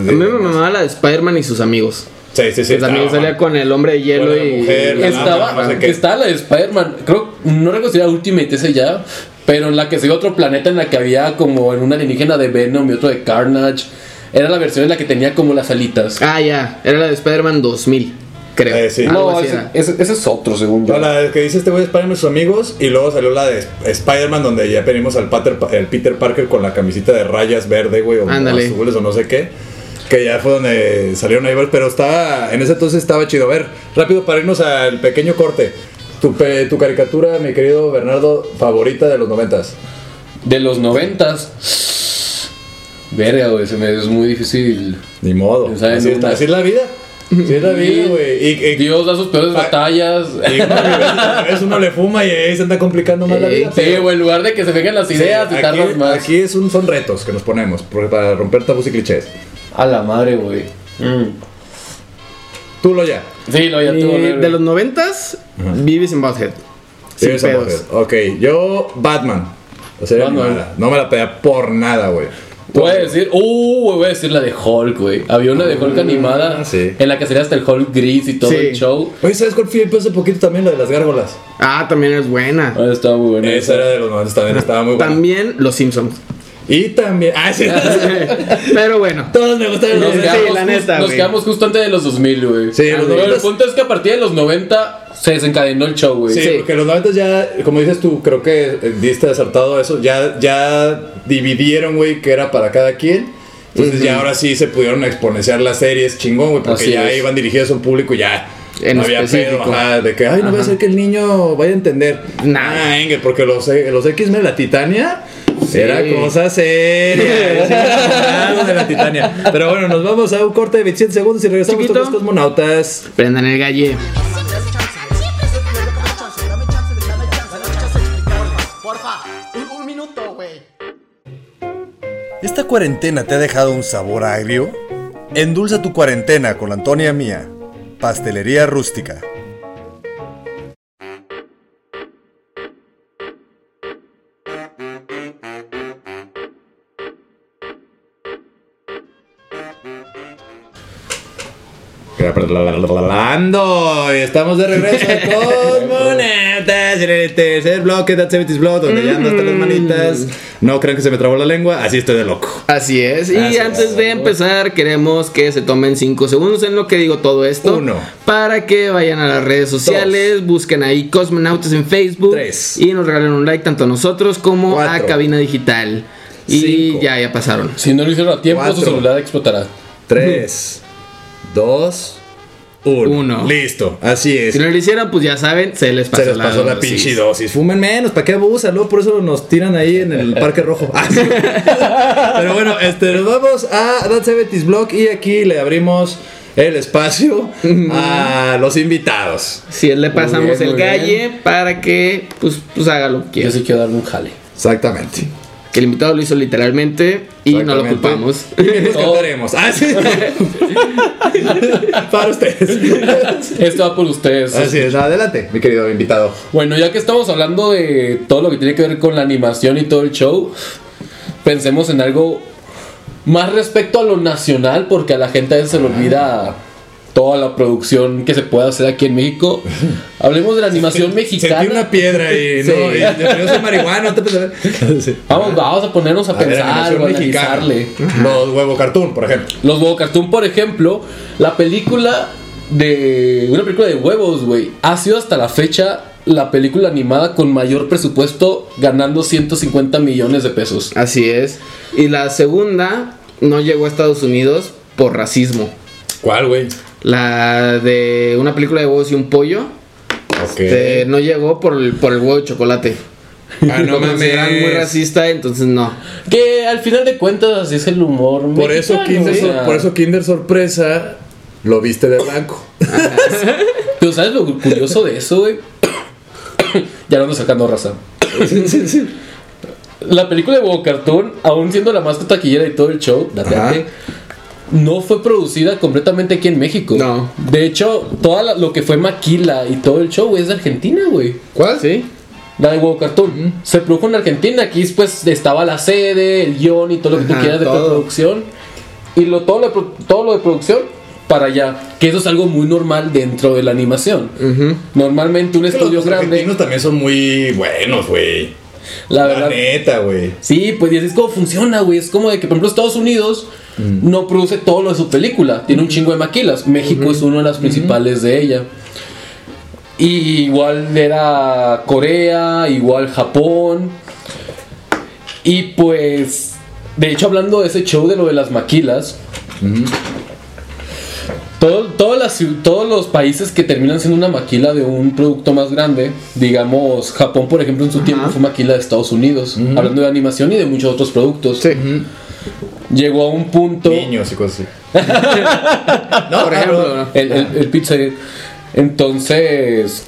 S1: A mí me mamaba la de Spider-Man y sus amigos. Pues,
S2: Sí, sí, sí.
S1: que también
S2: estaba-
S1: salía con el hombre de hielo
S2: Con la
S1: y...
S2: mujer, la-
S6: Estaba,
S2: no sé qué.
S6: estaba la de Spider-Man, creo, no recuerdo si era Ultimate ese ya, pero en la que se iba a otro planeta en la que había como en una alienígena de Venom y otro de Carnage, era la versión en la que tenía como las alitas.
S1: Ah, ya. Era la de Spider-Man 2000, creo.
S2: Eh, sí.
S1: Algo
S6: no,
S1: así
S6: ese,
S1: era.
S6: ese- ese es otro, según yo.
S2: No, la que dice este güey de Spider-Man y sus amigos y luego salió la de Sp- Spider-Man donde ya venimos al Pater- el Peter Parker con la camisita de rayas verde, güey, o
S1: Ándale.
S2: azules o no sé qué. Que ya fue donde salieron ahí, varios, pero estaba, en ese entonces estaba chido. A ver, rápido para irnos al pequeño corte. Tu, pe- tu caricatura, mi querido Bernardo, favorita de los noventas.
S6: De los noventas. Verga, güey, se me es muy difícil.
S2: Ni modo.
S6: Pensaba en
S2: Así, está,
S6: una.
S2: así es la vida. Así es la vida, güey. Y, y-
S6: Dios da sus peores
S2: Pa-
S6: batallas.
S2: y a veces uno le fuma y ahí se anda complicando más la vida.
S6: Sí, güey, en lugar de que se vengan las ideas
S2: Sí,
S6: y
S2: aquí,
S6: tardas más.
S2: aquí es un, son retos que nos ponemos porque para romper tabús y clichés.
S6: A la madre, güey. Mm.
S2: Tú lo ya.
S6: Sí, lo ya
S1: Y
S6: tuvo.
S1: de los noventas, Vives en Butthead. Sin
S2: Eres
S1: pedos.
S2: mujer. Ok, yo Batman. La serie
S6: Batman.
S2: animada. No me la pega por nada, güey.
S6: Voy a decir, uh, güey, voy a decir la de Hulk, güey. Había una de Hulk animada
S2: sí.
S6: en la que sería hasta el Hulk gris y todo
S1: Sí.
S6: el show.
S2: Oye, ¿sabes cuál fui Pues hace poquito también? La de las gárgolas.
S1: Ah, también es buena.
S6: Ah, estaba muy buena.
S2: Esa era de los 90 también, estaba muy buena.
S1: También Los Simpsons.
S2: Y también. Ah, sí.
S1: Pero bueno.
S2: Todos me gustaron los
S6: Nos
S1: Sí,
S2: gárgolas.
S6: quedamos,
S1: la
S6: jus-
S1: neta,
S6: nos
S1: güey.
S6: quedamos justo antes de los 2000, güey.
S2: Sí, los
S6: Pero
S2: 90s.
S6: El punto es que a partir de los 90 se desencadenó el show, güey.
S2: Sí,
S1: Sí.
S2: porque los 90 ya, como dices tú, creo que eh, diste acertado eso. Ya, ya dividieron, güey, que era para cada quien. Entonces ya ahora sí se pudieron exponenciar las series, chingón, güey, porque
S6: Así
S2: ya
S6: es.
S2: iban dirigidas a un público y ya.
S1: En
S2: no había
S1: específico.
S2: pedo, ajá, de que, ay, no va a
S1: Ajá.
S2: ser que el niño vaya a entender.
S1: Nah.
S2: Nah, Engel, porque los, eh, los X-Men, la Titania, era cosa seria. Hablamos de la Titania. Pero bueno, nos vamos a un corte de 27 segundos y regresamos
S1: Chiquito.
S2: con los cosmonautas.
S1: Prendan el galle.
S9: ¿Esta cuarentena te ha dejado un sabor agrio? Endulza tu cuarentena con la Antonia Mía, Pastelería Rústica.
S2: Hablando, y estamos de regreso con monetas en el tercer bloque de Activities Blog, donde ya ando hasta las manitas. No crean que se me trabó la lengua, así estoy de loco.
S1: Así es. Y
S2: Gracias.
S1: antes de empezar, queremos que se tomen 5 segundos en lo que digo todo esto.
S2: Uno.
S1: Para que vayan a las redes sociales, busquen ahí Cosmonautas en Facebook.
S2: Tres.
S1: Y nos regalen un like tanto a nosotros como
S2: Cuatro.
S1: a Cabina Digital.
S2: Cinco.
S1: Y ya, ya pasaron.
S6: Si no lo hicieron a tiempo, su
S2: Cuatro.
S6: celular explotará.
S2: 3, 2, 1.
S1: Uno.
S2: Listo, así es.
S1: Si no lo hicieron, pues ya saben, se les pasó,
S2: Se les pasó la
S1: dosis.
S2: pinche dosis. Fumen menos, ¿para qué abusan? Luego por eso nos tiran ahí en el Parque Rojo. Ah, sí. Pero bueno, este, nos vamos a That 70 Blog y aquí le abrimos el espacio a los invitados.
S1: Si le pasamos
S6: bien,
S1: el
S6: muy bien.
S1: calle para que pues, pues haga lo que quiera.
S6: Yo sí quiero darle un jale.
S2: Exactamente.
S1: Que el invitado lo hizo literalmente y no lo
S2: Exactamente.
S1: culpamos.
S2: Y
S6: Oh.
S2: nos cantaremos. Ah, sí. Para ustedes.
S6: Esto va por ustedes.
S2: Así es, adelante, mi querido invitado.
S6: Bueno, ya que estamos hablando de todo lo que tiene que ver con la animación y todo el show, pensemos en algo más respecto a lo nacional, porque a la gente a veces se le olvida toda la producción que se puede hacer aquí en México. Hablemos de la animación
S2: Sentí
S6: mexicana.
S2: una piedra y
S6: Sí.
S2: no, y yo, yo soy marihuana, te pensé. Sí.
S6: Vamos, vamos a ponernos a,
S2: A ver,
S6: pensar,
S2: animación
S6: o a
S2: mexicana.
S6: analizarle.
S2: Los huevo cartoon, por ejemplo.
S6: Los huevos cartoon, por ejemplo, la película de. Una película de huevos, güey. Ha sido hasta la fecha la película animada con mayor presupuesto, ganando 150 millones de pesos.
S1: Así es. Y la segunda no llegó a Estados Unidos por racismo.
S2: ¿Cuál, güey?
S1: La de una película de huevos y un pollo
S2: Ok.
S1: este, no llegó por el, por el huevo de chocolate.
S2: Ah,
S1: lo
S2: no
S1: consideran
S2: mames.
S1: muy racista, entonces no.
S6: Que al final de cuentas así es el humor.
S2: Por eso,
S6: mexicano,
S2: Kinder,
S6: o sea,
S2: Sor- por eso Kinder Sorpresa lo viste de blanco.
S6: Pero ¿sabes lo curioso de eso, güey? ya lo ando sacando raza. La película de Bobo Cartoon, aún siendo la más taquillera y todo el show, date,
S2: Ajá.
S6: date, no fue producida completamente aquí en México.
S1: No.
S6: De hecho, todo lo que fue Maquila y todo el show güey, es de Argentina, güey.
S2: ¿Cuál?
S1: ¿Sí?
S6: La de Huevo Cartoon. Se produjo en Argentina. Aquí pues estaba la sede, el guión y todo lo que tú
S1: Ajá,
S6: quieras de
S1: todo.
S6: producción. Y lo, todo, lo, de pro- todo lo de producción para allá. Que eso es algo muy normal dentro de la animación. Normalmente un
S2: Es que los
S6: estudio grande.
S2: argentinos también son muy buenos, güey.
S6: La
S2: La,
S6: verdad.
S2: neta, güey.
S6: Sí, pues y así es como funciona, güey. Es como de que, por ejemplo, Estados Unidos
S1: Mm.
S6: no produce todo lo de su película. Tiene un chingo de maquilas. México es una de las principales de ella. Y igual era Corea, igual Japón. Y pues, de hecho, hablando de ese show de lo de las maquilas, Todo- todas las ciu- todos los países que terminan siendo una maquila de un producto más grande, digamos, Japón, por ejemplo, en su tiempo fue maquila de Estados Unidos, hablando de animación y de muchos otros productos. Llegó a un punto.
S2: Niños y cosas así. no,
S1: Por
S2: ah,
S1: ejemplo,
S2: no.
S1: ¿no?
S6: El, el, el Pizza Gate. Entonces.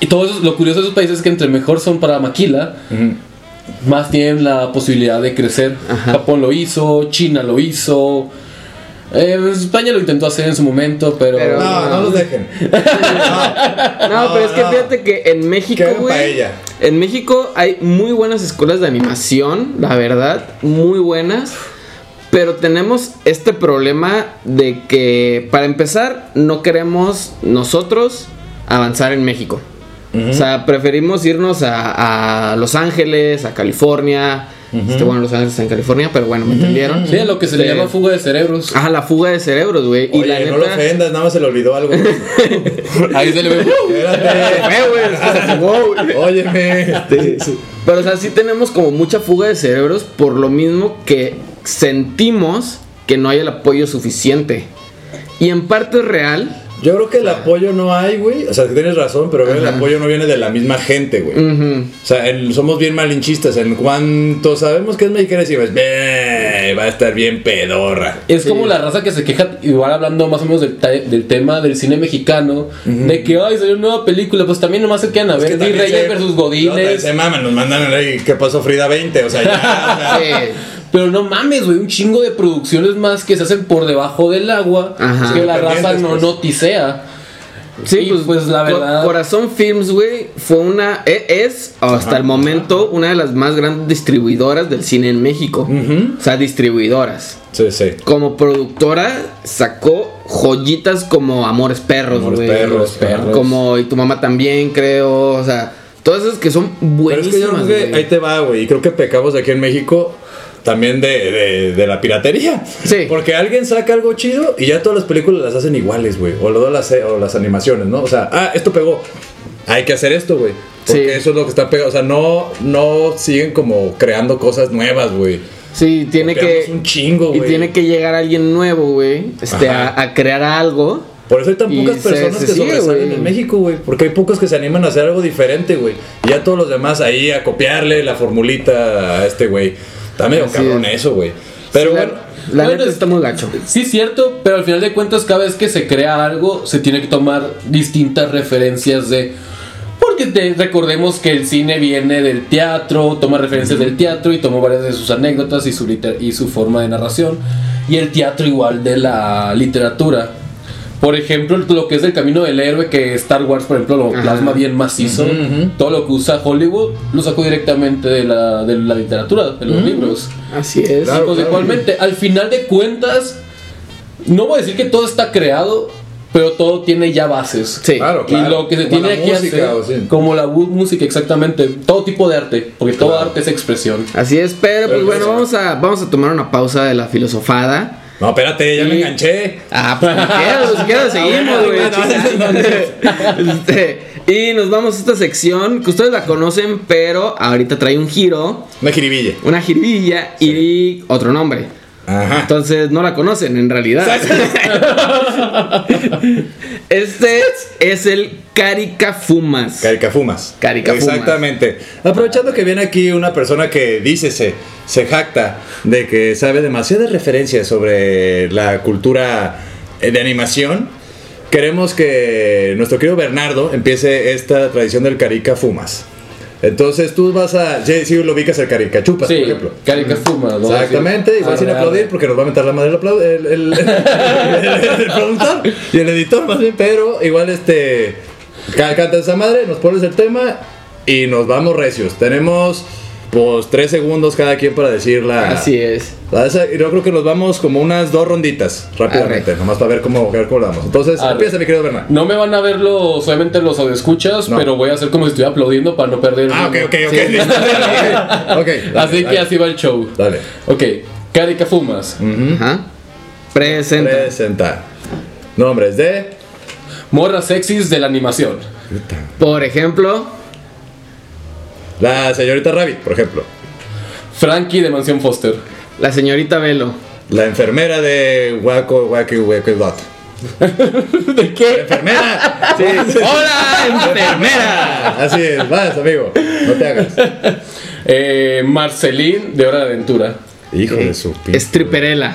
S6: Y todo eso, lo curioso de esos países es que entre mejor son para Maquila, más tienen la posibilidad de crecer. Japón lo hizo, China lo hizo. eh, España lo intentó hacer en su momento, pero.
S1: Pero-
S2: No, no los dejen.
S1: No,
S2: No,
S1: pero es que
S2: no.
S1: fíjate que en
S2: Que
S1: México,
S2: hagan
S1: güey.
S2: paella.
S1: En México hay muy buenas escuelas de animación, la verdad, muy buenas. Pero tenemos este problema de que, para empezar, no queremos nosotros avanzar en México. O sea, preferimos irnos a, a Los Ángeles, a California. Este, bueno, Los Ángeles está en California, pero bueno, me entendieron.
S6: Sí, a lo que se le
S1: Este,
S6: llama fuga de cerebros.
S1: Ajá, la fuga de cerebros, güey. Y
S2: Oye,
S1: la
S2: no lo
S1: neta.
S2: ofendas, nada más se le olvidó algo.
S6: Ahí se le ve.
S2: Espérate.
S1: Eh, güey, es que se fugó, güey.
S2: Óyeme.
S1: Pero, o sea, sí tenemos como mucha fuga de cerebros por lo mismo que sentimos que no hay el apoyo suficiente. Y en parte es real.
S2: Yo creo que el apoyo no hay, güey. O sea, que tienes razón, pero creo que el apoyo no viene de la misma gente, güey.
S1: Ujú.
S2: O sea, en- somos bien malinchistas. En cuanto sabemos que es mexicana, decimos, "Beh, va a estar bien pedorra.
S6: Es como la raza que se queja, igual hablando más o menos del, ta- del tema del cine mexicano, de que, ay, salió una nueva película, pues también nomás se quedan a
S2: Es que
S6: ver
S2: también
S6: Reyes
S2: se-
S6: versus
S2: no,
S6: Godines.
S2: Se maman, nos mandan ahí, ¿qué pasó Frida 20? O sea, ya. o sea,
S1: Eh,
S6: Pero no mames, güey, un chingo de producciones más que se hacen por debajo del agua
S1: Ajá.
S6: que la raza no
S2: Independientes, pues.
S6: noticea.
S1: sí,
S6: Y, pues, la
S1: Cor-
S6: verdad-
S1: Corazón Films, güey, fue una. e- Es, hasta el momento, una de las más grandes distribuidoras del cine en México. O sea, distribuidoras.
S2: Sí, sí.
S1: Como productora, sacó joyitas como Amores Perros,
S2: Amores
S1: güey.
S2: Perros,
S6: Perros.
S1: Como Y tu mamá también, creo. O sea, todas esas que son
S2: Pero es que yo
S1: buenísimas.
S2: creo que
S1: güey.
S2: ahí te va, güey. Y creo que pecamos aquí en México también de, de- de la piratería.
S1: Sí.
S2: Porque alguien saca algo chido y ya todas las películas las hacen iguales, güey. O, lo- las, o las animaciones, ¿no? O sea, ah, esto pegó. Hay que hacer esto, güey.
S1: Sí.
S2: Porque eso es lo que está pegado. O sea, no, no siguen como creando cosas nuevas, güey.
S1: Sí, tiene
S2: Copiamos
S1: que.
S2: un chingo,
S1: y
S2: güey.
S1: tiene que llegar alguien nuevo, güey. Este, a,
S2: Ajá.
S1: a crear algo.
S2: Por eso hay tan
S1: Y
S2: pocas
S1: se-
S2: personas
S1: se
S2: que
S1: sigue,
S2: sobresalen
S1: güey.
S2: en México, güey. Porque hay pocos que se animan a hacer algo diferente, güey. Y ya todos los demás ahí a copiarle la formulita a este güey. Está medio
S1: Así
S2: cabrón
S1: es.
S2: eso, güey. Pero
S1: Sí, la-
S2: bueno.
S1: La,
S6: bueno,
S1: neta
S6: es-
S1: está muy gacho.
S6: Sí, cierto, pero al final de cuentas, cada vez que se crea algo, se tiene que tomar distintas referencias de. Porque te- recordemos que el cine viene del teatro, toma referencias del teatro y tomó varias de sus anécdotas y su, liter- y su forma de narración. Y el teatro, igual de la literatura. Por ejemplo, lo que es el camino del héroe, que Star Wars, por ejemplo, lo
S1: Ajá.
S6: plasma bien macizo. Todo lo que usa Hollywood lo sacó directamente de la, de la literatura, de los libros.
S1: Así es.
S6: Sí, pues, igualmente, al final de cuentas, no voy a decir que todo está creado, pero todo tiene ya bases.
S1: Sí.
S2: Claro.
S6: Y lo que se
S2: Como
S6: tiene
S2: la
S6: aquí
S2: música,
S6: hacer,
S2: o sí.
S6: como la bu- música, exactamente, todo tipo de arte, porque todo arte es expresión.
S1: Así es, pero pues
S2: Pero
S1: bueno,
S2: eso-
S1: vamos a, vamos a tomar una pausa de la filosofada.
S2: No, espérate, ya me enganché.
S1: Ah, pues si quieres, si
S2: Ah,
S1: quieres, seguimos, güey. Este, y nos vamos a esta sección que ustedes la conocen, pero ahorita trae un giro,
S2: Una jiribilla.
S1: una jiribilla y otro nombre.
S2: Ajá.
S1: Entonces no la conocen en realidad. este es el Caricafumas.
S2: Caricafumas.
S1: Caricafumas.
S2: Exactamente. Aprovechando que viene aquí una persona que dícese, se jacta de que sabe demasiadas referencias sobre la cultura eh, de animación, queremos que nuestro querido Bernardo empiece esta tradición del Caricafumas. Entonces tú vas a. Si lo ubicas el Caricachupas,
S6: Sí,
S2: por ejemplo.
S6: Carica Fuma. ¿no?
S2: Exactamente, igual sin
S6: Arre,
S2: aplaudir
S6: arre.
S2: porque nos va a meter la madre el, aplau- el, el- el- el productor y el editor más bien, pero igual este ca- canta esa madre, nos pones el tema y nos vamos recios. Tenemos pues tres segundos cada quien para decirla.
S1: Así es.
S2: Yo creo que nos vamos como unas dos ronditas rápidamente,
S1: Arre.
S2: nomás para ver cómo, ver cómo la damos. Entonces,
S6: Arre.
S2: empieza mi querido Bernardo.
S6: No me van a ver los, obviamente los audioescuchas,
S2: No.
S6: pero voy a hacer como si estuviera aplaudiendo para no perder.
S2: Ah, ok,
S6: el-
S2: ok, ok. listo. Ok, dale,
S6: Así que
S2: dale.
S6: así va el show.
S2: Dale. Mm.
S6: Ok, Carica Fumas.
S1: Ajá. Presenta.
S2: Presenta. Nombres de.
S6: Morras sexys de la animación.
S1: Por ejemplo,
S2: La señorita Rabbit, por ejemplo.
S6: Frankie de Mansión Foster.
S1: la señorita Velo.
S2: La enfermera de Waco, Wacky, Wacky Dot.
S1: ¿De qué?
S2: ¡Enfermera! Sí.
S1: ¡Hola, enfermera!
S2: Así es, vas, amigo. No te hagas.
S6: Eh, Marceline de Hora de Aventura.
S2: Hijo de su pinche.
S1: Este. Stripperella.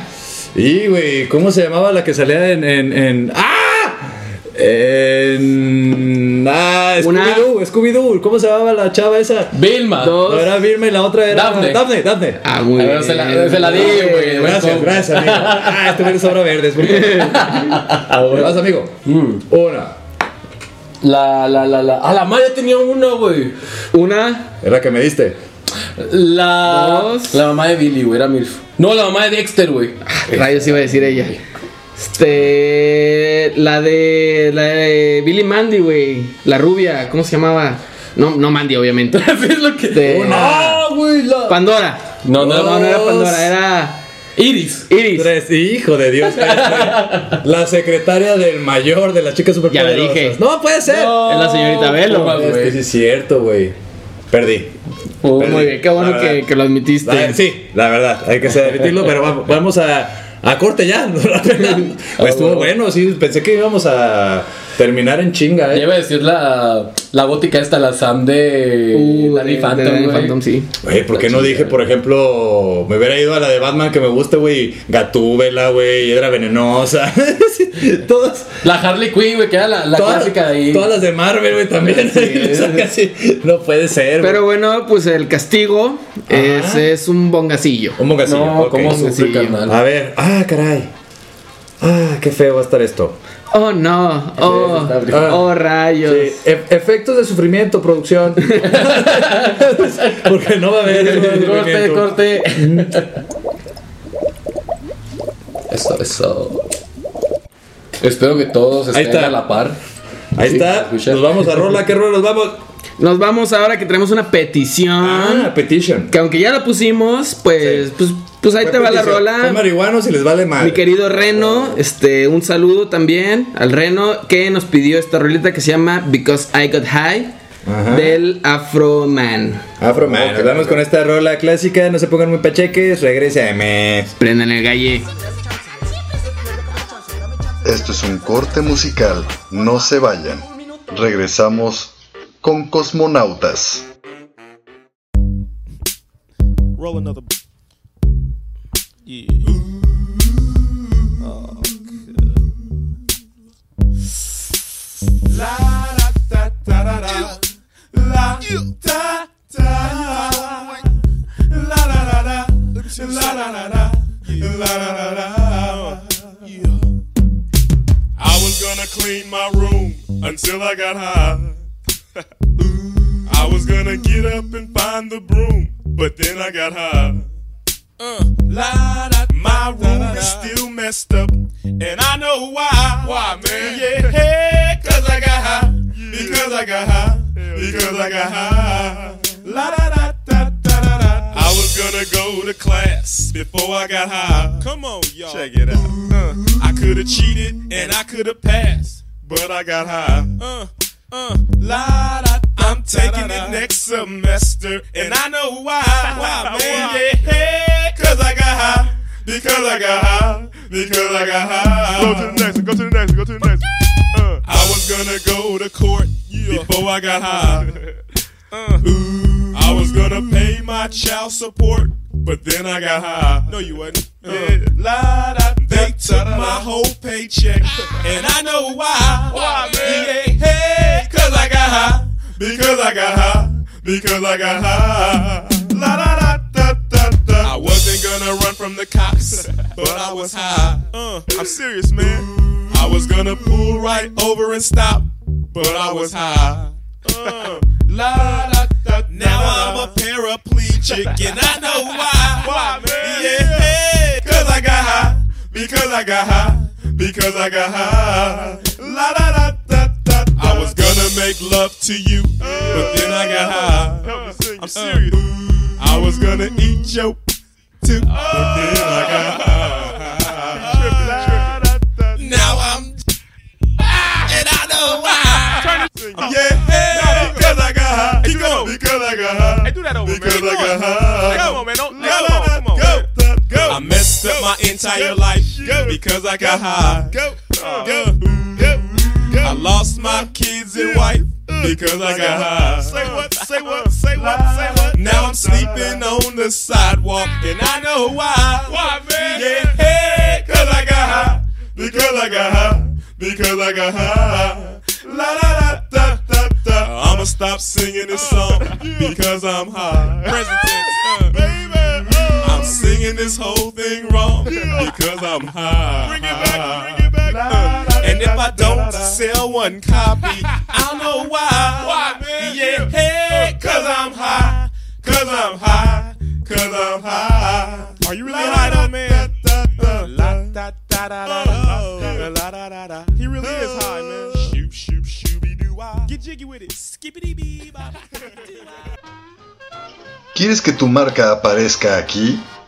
S2: Y, güey, ¿cómo se llamaba la que salía en. en, en- ¡Ah! En. Ah,
S1: Una-
S2: Scooby-Doo, Scooby-Doo. ¿Cómo se llamaba la chava esa?
S6: Vilma.
S1: Dos.
S2: No era Vilma y la otra era.
S6: Dafne.
S2: Dafne, Dafne.
S1: Ah, güey.
S6: A ver, se la, se la di, güey.
S2: Gracias,
S6: Eso.
S2: gracias, amigo. Ah, este güey sobra verdes. ¿por qué? Ahora vas, amigo.
S6: Mm.
S2: Una.
S6: La, la, la, la. A la madre tenía una, güey.
S1: Una,
S2: Es la que me diste.
S6: La.
S1: Dos.
S6: La mamá de Billy, güey, era Milf. No, la mamá de Dexter, güey.
S1: ah, rayos iba a decir ella. Este. La de. La de Billy Mandy, güey. La rubia, ¿cómo se llamaba? No, no Mandy, obviamente.
S6: Así es lo que.
S1: Este,
S6: ¡Ah, güey! La...
S1: Pandora.
S6: No, no,
S1: No,
S6: no,
S1: no
S6: no.
S1: era Pandora, era
S6: Iris.
S1: Iris.
S2: Tres. Hijo de Dios. la secretaria del mayor de las chicas superpoderosas.
S1: Ya le dije.
S2: No puede ser.
S1: Es la señorita Velo.
S6: Pumas,
S2: Es que
S6: güey.
S2: sí es cierto, güey. Perdí.
S6: Oh,
S1: Muy bien, qué bueno
S2: La
S1: que,
S2: verdad.
S1: que lo admitiste.
S2: La- sí, la verdad, hay que admitirlo, pero va- vamos a, a corte ya. Pues estuvo bueno, sí, pensé que íbamos a terminar en chinga,
S6: Ya
S2: eh.
S6: iba a decir la, la gótica esta, la Sam de
S1: Uh,
S6: Danny
S1: de-
S6: Phantom,
S1: de Danny
S6: güey.
S1: Phantom, sí.
S2: Güey, ¿por qué no dije, por ejemplo, me hubiera ido a la de Batman que me gusta, güey? Gatúbela, güey, Hiedra Venenosa. Sí, todas,
S6: La Harley Quinn, güey, que era la, la
S2: todas,
S6: clásica de ahí.
S2: todas las de Marvel, güey, también. Le saca así. No puede ser, güey.
S1: Pero bueno, pues el castigo es, es un bongacillo.
S2: Un mongasillo,
S6: No,
S2: ok.
S6: cómo
S1: Sí,
S6: sufre,
S1: sí.
S6: carnal.
S2: A ver, ah, caray. Ah, qué feo va a estar esto.
S1: Oh no, oh,
S6: está
S2: horrible.
S1: oh rayos.
S2: Sí, e- efectos de sufrimiento, producción. Porque no va a haber.
S6: corte,
S2: sufrimiento.
S6: corte. eso, eso. Espero Pues que todos
S2: Ahí
S6: estén
S2: está.
S6: a la par.
S2: Ahí
S6: Sí, se
S2: está.
S6: escucha.
S2: Nos vamos a rola. ¿Qué rola nos vamos?
S1: Nos vamos ahora que tenemos una
S2: Ah,
S1: petición.
S2: petition.
S1: Que aunque ya la pusimos, pues, pues, pues ahí te va la
S2: Son
S1: rola.
S2: marihuanos y les vale mal.
S1: Mi querido Reno, este, un saludo también al Reno que nos pidió esta rolita que se llama Because I Got High
S2: Ajá.
S1: del Afro Man.
S2: Afro Man. Nos vamos con esta rola clásica. No se pongan muy pacheques. Regrese a mes.
S1: Prendan el galle.
S7: Esto es un corte musical, no se vayan. Regresamos con Cosmonautas.
S10: Roll another. Yeah. Oh, good. I was gonna clean my room until I got high. I was gonna get up and find the broom, but then I got high. Uh, la, da, my room is still messed up, and I know why. Why, man? Yeah, hey, cause I got high. Because I got high. Because I got high. La da da da da da da. I was gonna go to class before I got high. Come on, y'all. Check it out. Uh, I could have cheated and I could have passed, but I got high. Uh, uh, la da. I'm taking it next semester, and I know why. Why, man? Yeah, hey, cause I got high. Because I got high. Because I got high. Go to the next one. Go to the next one. Go to the next one. Uh. I was gonna go to court before I got high. uh. I was gonna pay my child support, but then I got high. No, you wasn't. Uh. La, da, they took my whole paycheck, and I know why. Why, man? Yeah, hey, cause I got high. Because I got high. Because I got high. La, da, da, da, da, da. I wasn't gonna run from the cops, but I was high. Uh, I'm serious, man. I was gonna pull right over and stop, but I was high. Uh, la, da, da, da, now I'm a paraplegic and I know why. Why, man? Yeah, hey, cause I got high. Because I got high. Because I got high. La da da da da. da. I was gonna make love to you, but then I got high. I'm serious. I was gonna eat your too, but then I got high. Now I'm and I know why. Yeah, yeah, because I got high. Keep going. Because I got high. Hey, do that over, because man. Because I got high. Come on, man. Don't, come on, come on. Go, go. I messed up my entire life because I got high. Go, go, go, go. I lost my kids and wife because I got high. Uh, Say what? Say what? Say what? Say what? Now I'm sleeping on the sidewalk and I know why. Why, man? Yeah, hey, 'cause I got high. Because I got high. Because I got high. La la la da da da. I'ma stop singing this song because I'm high. Present tense, uh. baby. oh. I'm singing this whole thing wrong because I'm high. Bring it back, bring it back. and if I don't sell one copy, I know why. Why, man? Yeah, hey, cause I'm high. Cause I'm high. Cause I'm high. Are you really high though, man? He really is high, man. Shoop, shoop, shooby doo wah. Get jiggy with it. Skippity bee bop.
S7: ¿Quieres que tu marca aparezca aquí?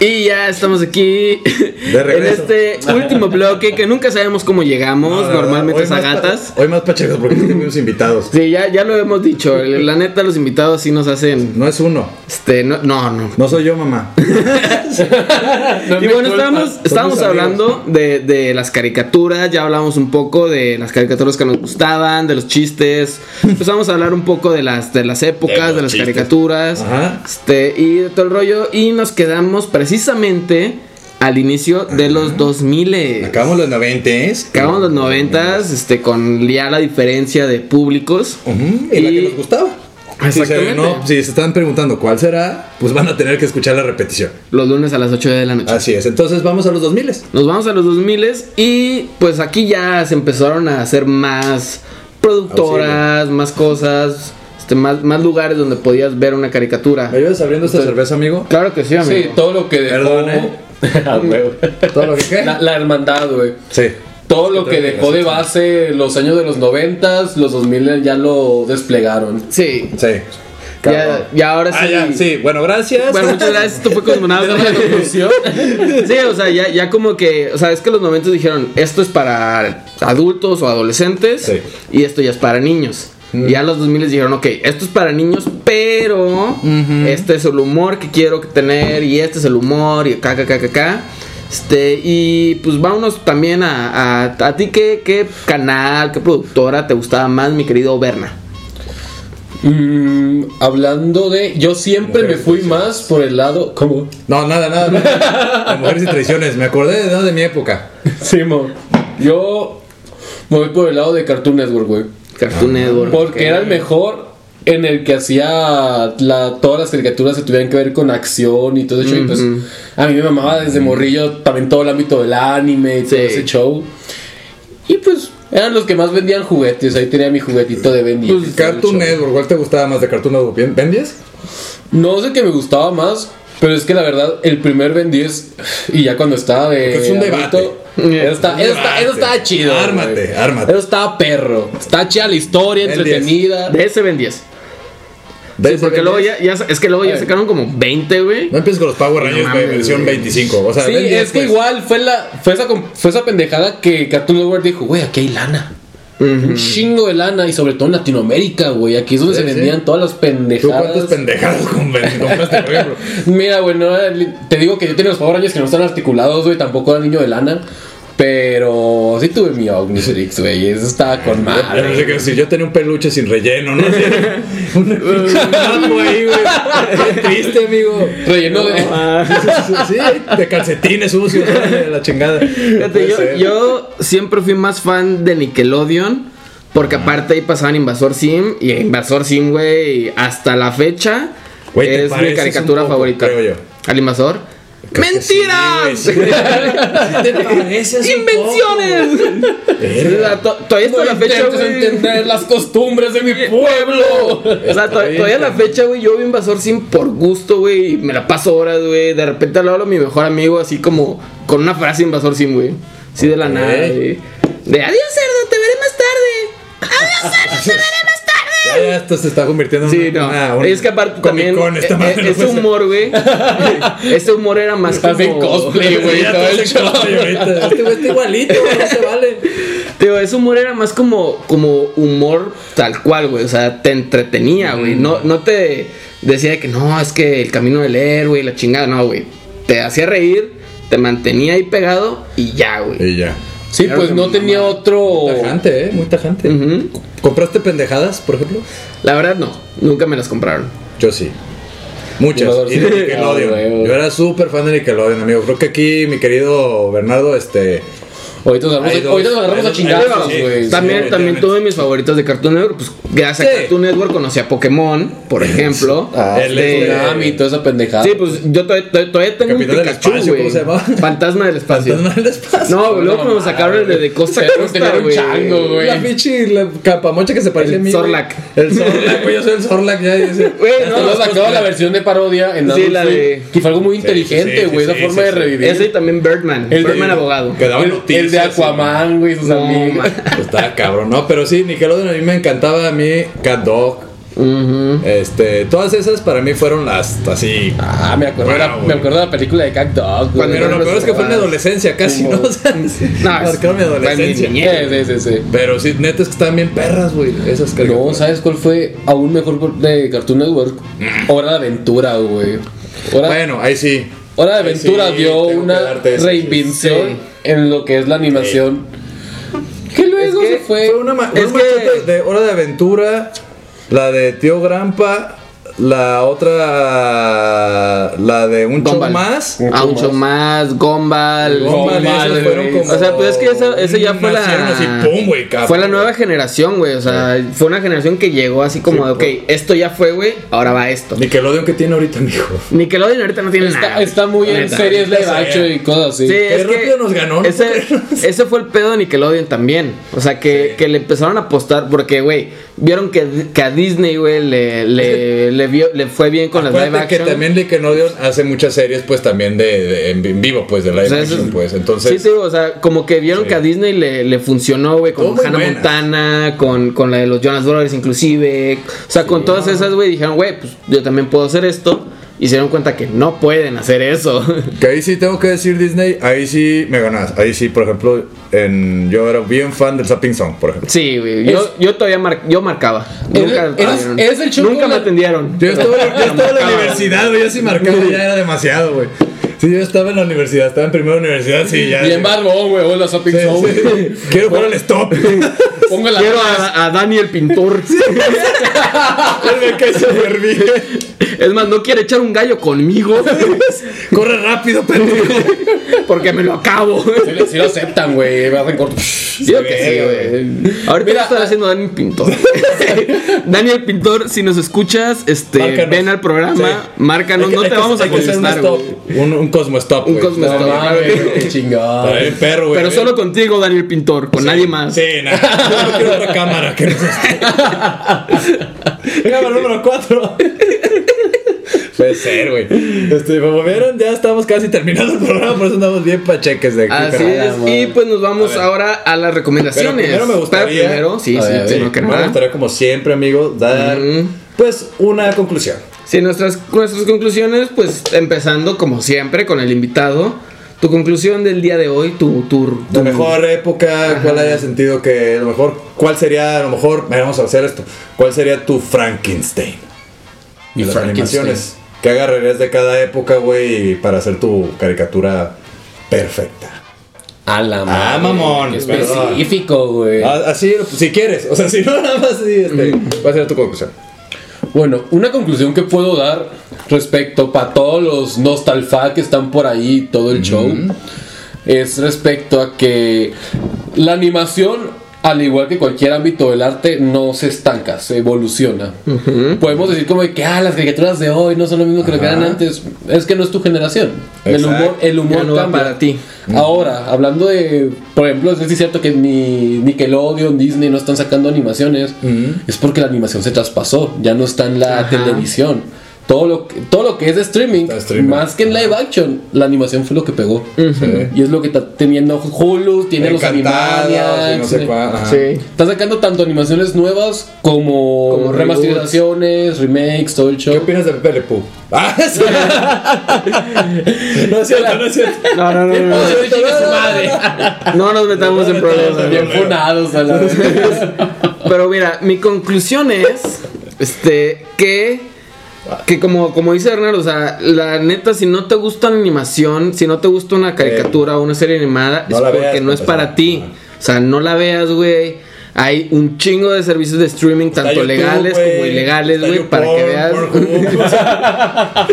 S1: Y ya estamos aquí en
S2: regreso.
S1: este último bloque que nunca sabemos cómo llegamos, normalmente es a gatas.
S2: Hoy más pachecos porque tuvimos invitados.
S1: Sí, ya, ya lo hemos dicho, la neta los invitados sí nos hacen,
S2: No es uno.
S1: este, no, no, no.
S2: No soy yo, mamá.
S6: No
S1: Y
S6: me
S1: bueno,
S6: culpa.
S1: estábamos, estábamos
S2: mis
S1: hablando de, de las caricaturas, ya hablamos un poco de las caricaturas que nos gustaban, de los chistes, empezamos a hablar un poco de las, de las épocas, de, las caricaturas,
S2: Ajá.
S1: este, y de todo el rollo, y nos quedamos precisamente al inicio de los 2000.
S2: Acabamos los 90, ¿eh?
S1: Acabamos los 90, este, con ya la diferencia de públicos.
S2: Ujú, y la que
S1: Y-
S2: nos gustaba.
S1: Exactamente.
S2: Si se, no, si se están preguntando cuál será, pues van a tener que escuchar la repetición.
S1: Los lunes a las 8 de la noche.
S2: Así es. Entonces vamos a los 2000.
S1: Nos vamos a los 2000 y pues aquí ya se empezaron a hacer más productoras, más cosas, este, más, más lugares donde podías ver una caricatura.
S2: ¿Me ayudas abriendo esta cerveza, amigo?
S1: Claro que sí, amigo.
S6: Sí, todo lo que dejó.
S2: Perdón, ¿eh?
S6: Ah, huevo.
S2: ¿Todo lo que qué?
S6: La, la hermandad, güey.
S2: Sí.
S6: Todo lo que dejó de base los años de los 90, los 2000 ya lo desplegaron.
S1: Sí.
S2: Sí.
S1: Ya, ya ahora sí.
S2: Ah, ya, sí. Bueno, gracias.
S1: Bueno, muchas gracias. Esto fue Cosmonauta.
S6: ¿Conclusión?
S1: Sí, o sea, ya, ya como que, o sea, es que los 90 dijeron, esto es para adultos o adolescentes
S2: Sí.
S1: y esto ya es para niños. Y ya los 2000 dijeron, ok, esto es para niños, pero este es el humor que quiero tener y este es el humor y acá, acá, acá, acá, acá. Este, y pues vámonos también a, a, a ti, ¿qué, ¿qué canal, qué productora te gustaba más, mi querido Berna?
S6: Mm, hablando de. Yo siempre me fui más por el lado. ¿Cómo?
S2: No, nada, nada. nada. De mujeres y traiciones. Me acordé de, ¿no? de mi época.
S6: Simón. Yo me voy por el lado de Cartoon Network, güey.
S1: Cartoon Network.
S6: Porque era el mejor en el que hacía la- todas las caricaturas que tuvieran que ver con acción y todo ese show. Y pues a mí me mamaba desde morrillo también todo el ámbito del anime y todo
S1: Sí.
S6: ese show. Y pues eran los que más vendían juguetes. Ahí tenía mi juguetito de Ben 10 y
S1: Pues,
S6: todo el
S2: Cartoon
S6: show.
S2: Network. ¿Cuál te gustaba más de Cartoon Network? ¿Ven- ¿Ben 10?
S6: No sé qué me gustaba más, pero es que la verdad, el primer Ben 10 y ya cuando estaba de.
S2: Porque Pues, es un debate.
S6: eso, está- eso está- eso estaba
S2: Debate.
S6: chido.
S2: Ármate,
S6: güey.
S2: ármate.
S6: Eso estaba perro. Está chida la historia,
S2: Ben 10.
S6: entretenida.
S1: De ese Ben 10.
S2: ¿Ves
S1: Porque
S2: Ben
S1: luego
S2: 10?
S1: ya, ya, es que luego ya
S6: Ay.
S1: sacaron como 20, güey.
S2: No empieces con los Power Rangers, güey,
S1: mames,
S2: versión
S1: güey.
S2: 25. O sea,
S6: Sí,
S2: Ben 10,
S6: es que
S2: pues.
S6: igual fue la fue esa, com- fue esa pendejada que Cartoon Network dijo, güey, aquí hay lana. Un chingo de lana y sobre todo en Latinoamérica, güey. Aquí es donde
S2: Mm. Sí,
S6: se
S2: sí.
S6: vendían todas las
S2: ¿Tú cuántas
S6: pendejadas.
S2: pendejadas con Ben- compraste, por ejemplo?
S6: Mira, güey, no era li- te digo que yo tenía los Power Rangers que no están articulados, güey. Tampoco era niño de lana. Pero sí tuve mi Omnitrix, güey. Eso estaba con
S2: Yo no sé
S6: madre.
S2: qué decir, yo tenía un peluche sin relleno, ¿no? Así, un gato ahí, güey. Qué triste, amigo.
S6: Relleno de.
S2: Sí, de calcetines sucios, de la chingada. No
S1: Fíjate,
S2: puede
S1: yo,
S2: ser.
S1: yo siempre fui más fan de Nickelodeon. Porque aparte ahí pasaban Invasor Sim. Y Invasor Sim, güey, hasta la fecha
S2: Güey, te
S1: es mi
S2: pareces
S1: caricatura
S2: un poco,
S1: favorita.
S2: creo yo.
S1: ¿Al Invasor? ¡Mentiras!
S2: Sí, güey, sí. Sí te pareces un
S1: ¡Invenciones!
S2: poco. Verga.
S1: La- to- todavía hasta
S6: No
S1: la fecha,
S6: intentes
S1: güey.
S6: entender las costumbres de mi pueblo.
S1: O sea, to-
S2: bien,
S1: todavía a la fecha, güey, yo veo Invasor Sim por gusto, güey, y me la paso horas, güey. De repente le hablo a mi mejor amigo así como con una frase de Invasor Sim, güey. Así de la nada, güey. De adiós, cerdo, te veré más tarde. Adiós, cerdo, te veré más tarde.
S2: Ya, ya, esto se está convirtiendo en
S1: Sí,
S2: una-
S1: no.
S2: una- un
S1: es que aparte también.
S2: Comic-Con esta
S1: eh,
S2: madre,
S1: eh,
S2: no
S1: ese
S2: puede ser.
S1: humor, güey. ese humor era más
S6: Estás en
S1: como.
S6: cosplay, güey.
S2: Ya
S6: todo
S2: todo
S6: el
S2: se
S6: show.
S2: cambia ahorita. Este güey está igualito, güey, no se vale.
S1: Digo, ese humor era más como, como humor tal cual, güey. O sea, te entretenía, güey. No,
S2: Mm.
S1: no te decía de que no, es que el camino del héroe y la chingada, no, güey. Te hacía reír, te mantenía ahí pegado y ya, güey.
S2: Y ya.
S6: Sí, pues no tenía
S1: Oh.
S6: otro.
S2: Tajante, eh, muy tajante.
S1: Ujú.
S2: ¿Compraste pendejadas, por ejemplo?
S1: La verdad, no. Nunca me las compraron.
S2: Yo sí. Muchas.
S6: Llevador,
S2: Y de
S6: sí.
S2: Nickelodeon.
S6: Ah, güey.
S2: Yo era súper fan de Nickelodeon, amigo. Creo que aquí mi querido Bernardo, este.
S6: Ahorita nos
S2: Hay
S6: agarramos,
S2: dos.
S6: ahorita nos agarramos
S2: Hay
S6: a
S2: dos.
S6: chingados,
S2: Sí,
S1: también
S2: güey,
S6: güey.
S1: también
S2: obviamente.
S1: tuve mis favoritos de Cartoon Network. Pues gracias
S2: Sí.
S1: a Cartoon Network conocí a Pokémon, por ejemplo.
S2: Ah, el
S1: Este,
S2: Network.
S6: Tsunami, toda esa pendejada.
S1: Sí, pues yo todavía, todavía- todavía tengo
S2: Capitán
S1: un
S2: del
S1: Pikachu,
S2: espacio,
S1: güey.
S2: ¿cómo se llama?
S1: Fantasma del espacio.
S2: Fantasma del espacio.
S1: No, luego cuando sacaron el de, de Costa a
S6: Pero tenía
S1: Costa,
S6: un
S1: güey.
S6: chango, güey.
S2: La pinche la capamocha que se parece
S1: El
S2: a mí.
S1: Zorlac.
S2: güey. El Zorlac, güey. Ah, pues Yo soy el Zorlac ya. y ese-
S1: Güey,
S6: Hasta
S1: no, pues,
S6: luego sacaba la versión de parodia en
S1: Sí,
S6: Adult
S1: la
S6: Swim,
S1: de-
S6: Que fue algo muy inteligente,
S2: sí,
S6: güey.
S2: sí,
S6: La
S2: sí,
S6: forma
S2: sí,
S6: de
S2: sí.
S6: revivir.
S1: Ese y también Birdman.
S6: El de-
S1: Birdman abogado.
S2: Que daban
S6: El- el
S2: noticias,
S6: de Aquaman, güey, sus
S1: No,
S6: amigos.
S1: man.
S2: Pues estaba cabrón, ¿no? Pero sí, Nickelodeon a mí me encantaba a mí Cat Dog. Este, todas esas para mí fueron las así.
S6: Ah, me acuerdo, de la-
S2: Wow, güey.
S6: me acuerdo de la película de Cat Dog, güey.
S1: Cuando
S2: Pero lo
S1: eran
S2: peor es que fue en mi
S1: reservadas.
S2: adolescencia casi, ¿no? O sea, marcaron mi
S1: fue en mi
S2: adolescencia.
S1: niñez.
S6: Sí, sí, sí.
S2: Pero sí, neta es que están bien perras, güey. Esas
S6: No,
S2: caricaturas.
S6: ¿sabes cuál fue aún mejor por- de Cartoon Network? Hora de Aventura, güey. Hora,
S2: Mm. Bueno, ahí sí.
S6: Hora
S2: ahí
S6: de Aventura
S2: sí,
S6: dio
S2: tengo que
S6: una
S2: darte eso,
S6: reinvención
S1: sí.
S6: en lo que es la animación. Que luego
S1: que
S6: se fue.
S2: Fue una, ma-
S1: Es
S2: un machete
S1: que-
S2: de Hora de Aventura, la de Tío Grampa, la otra, la de Un Show
S1: Gumball.
S2: Más.
S1: A un show más, Gombal.
S2: Gumball,
S6: Gumball,
S2: esas fueron
S6: güey.
S2: como-
S1: O sea, pues es que esa, esa ya fue
S2: Nacieron
S1: la.
S2: así, pum, güey, cabrón,
S1: fue la nueva
S2: güey.
S1: generación, güey. O sea, fue una generación que llegó así como de, ok, esto ya fue, güey, ahora va esto.
S2: Nickelodeon que tiene ahorita, mijo.
S1: Nickelodeon ahorita no tiene nada.
S6: Está,
S1: güey.
S6: está muy en
S1: Neta.
S6: series de
S2: Esa
S6: bacho
S2: era.
S6: y cosas así.
S1: Sí,
S2: Qué
S1: es que
S2: rápido nos ganó, ¿no?
S1: Ese, ese fue el pedo de Nickelodeon también. O sea, que, que le empezaron a apostar porque, güey, vieron que, que a Disney, güey, le, le, le, vio- le fue bien con las live
S2: Acuérdate que
S1: action.
S2: también Nickelodeon hace muchas series, pues también de, de- en vivo, pues de live
S1: O sea, eso
S2: action,
S1: es-
S2: pues. Entonces,
S1: Sí, sí, o sea, como que vieron que a Disney le, le funcionó, güey, con
S2: Estuvo muy
S1: Hannah
S2: buena.
S1: Montana, con, con la de los Jonas Brothers inclusive. O sea, con todas esas, güey, dijeron, güey, pues yo también puedo hacer esto. Y se dieron cuenta que no pueden hacer eso.
S2: Que ahí sí tengo que decir Disney, ahí sí me ganas. Ahí sí, por ejemplo, en, yo era bien fan del Zapping Song, por ejemplo.
S1: Sí, güey. Yo, yo todavía mar- yo marcaba. Nunca,
S6: Eres- eres-
S1: atendieron.
S6: eres el chico
S1: Nunca
S6: con
S1: me
S6: la-
S1: atendieron.
S2: Yo estaba, yo estaba en la
S1: Marcaba.
S2: universidad, güey, yo sí marcaba, ya era demasiado, güey. Sí, yo estaba en la universidad, estaba en primera universidad, sí, ya.
S6: Bien barbón, güey. Hola, Zapping
S2: Sí,
S6: Show.
S2: sí. Quiero jugar al stop. Él
S6: Pongo la
S1: Quiero a, a Dani el pintor.
S2: me cae súper bien.
S1: Es más, no quiere echar un gallo conmigo
S2: Corre rápido, pendejo.
S1: porque me lo acabo.
S6: Si, lo aceptan, güey. Me hacen corto.
S1: Yo que sí, güey. Ahorita
S6: Mira,
S1: lo está
S6: ah-
S1: haciendo Daniel Pintor. Daniel Pintor, si nos escuchas, este,
S2: Márcanos.
S1: ven al programa,
S2: Sí.
S1: márcanos,
S2: Hay que-
S1: no
S2: hay
S1: te
S2: que-
S1: vamos a
S2: hay que hacer
S1: contestar,
S2: Un,
S1: güey.
S2: stop, un, un Cosmo Stop.
S1: Un
S2: güey.
S1: Cosmo
S6: No
S1: Stop.
S6: mames, qué chingado.
S2: Está bien perro, güey.
S1: Pero solo contigo, Daniel Pintor, con nadie más.
S2: Sí, nada. No quiero otra cámara que no seas tú. Cámara número 4. Puede ser, güey. Este, como vieron, ya estamos casi terminando el programa, por eso andamos bien pacheques de aquí.
S1: Así
S2: pero-
S1: es, y pues nos vamos ahora a las recomendaciones.
S2: Pero primero me gustaría-
S1: Pero primero, sí,
S6: A
S1: sí,
S6: ver,
S1: sí,
S6: a
S1: no
S6: ver,
S1: que
S2: Me
S1: nada.
S2: gustaría, como siempre, amigo, dar
S1: Ujú.
S2: pues una conclusión.
S1: Sí, nuestras, nuestras conclusiones, pues empezando como siempre con el invitado. Tu conclusión del día de hoy, tu, tu,
S2: Tu
S1: tu-
S2: mejor época, cuál haya sentido que a lo mejor, cuál sería, a lo mejor, mira, vamos a hacer esto, cuál sería tu Frankenstein.
S6: Mi
S2: de las
S6: Frankenstein.
S2: animaciones. ¿Qué agarrarías de cada época, güey, para hacer tu caricatura perfecta?
S6: A la madre.
S2: Ah, mamón,
S6: qué
S2: perdón.
S6: específico, güey.
S2: A- Ah, Así, si quieres, o sea, si no, nada más así, este, va a ser tu conclusión.
S6: Bueno, una conclusión que puedo dar respecto para todos los nostalfa que están por ahí y todo el show es respecto a que la animación, al igual que cualquier ámbito del arte, no se estanca, se evoluciona. Podemos decir como de que ah, las caricaturas de hoy no son lo mismo que lo que eran antes. Es que no es tu generación. El
S2: Exacto.
S6: humor, el humor
S1: Ya no va
S6: cambia.
S1: para ti.
S2: Mm.
S6: Ahora, hablando de, por ejemplo, es sí cierto que ni Nickelodeon, Disney no
S2: Mm.
S6: están sacando animaciones, es porque la animación se traspasó, ya no está en la televisión. Todo lo, que- todo lo que es de streaming,
S2: De streaming.
S6: más que en live action, la animación fue lo que pegó. Y es lo que está teniendo Hulu, tiene los
S2: Encantados y
S6: Animaniacs.
S2: no sé
S6: eh.
S2: cuál, ajá.
S1: Sí.
S6: Está sacando tanto animaciones nuevas como,
S1: Como
S6: remasterizaciones, remakes, todo el
S2: ¿Qué
S6: show.
S2: opinas de Pepe Le Pew? Ah, sí. no es cierto, no es cierto.
S1: No, no, no, no.
S6: Ay, chingue su madre.
S1: No, no nos metamos en problemas.
S6: Bien funados a la
S1: Pero mira, mi conclusión es este que que como, como dice Hernán, o sea, la neta, si no te gusta la animación, si no te gusta una caricatura o una serie animada,
S2: No
S1: es
S2: la
S1: porque
S2: veas, pues,
S1: no es
S2: para
S1: para ti. O sea, no la veas, güey. Hay un chingo de servicios de streaming, tanto
S2: YouTube,
S1: legales
S2: güey.
S1: como ilegales,
S2: Está
S1: güey,
S2: YouPorn,
S1: para que veas.
S2: Pornhub.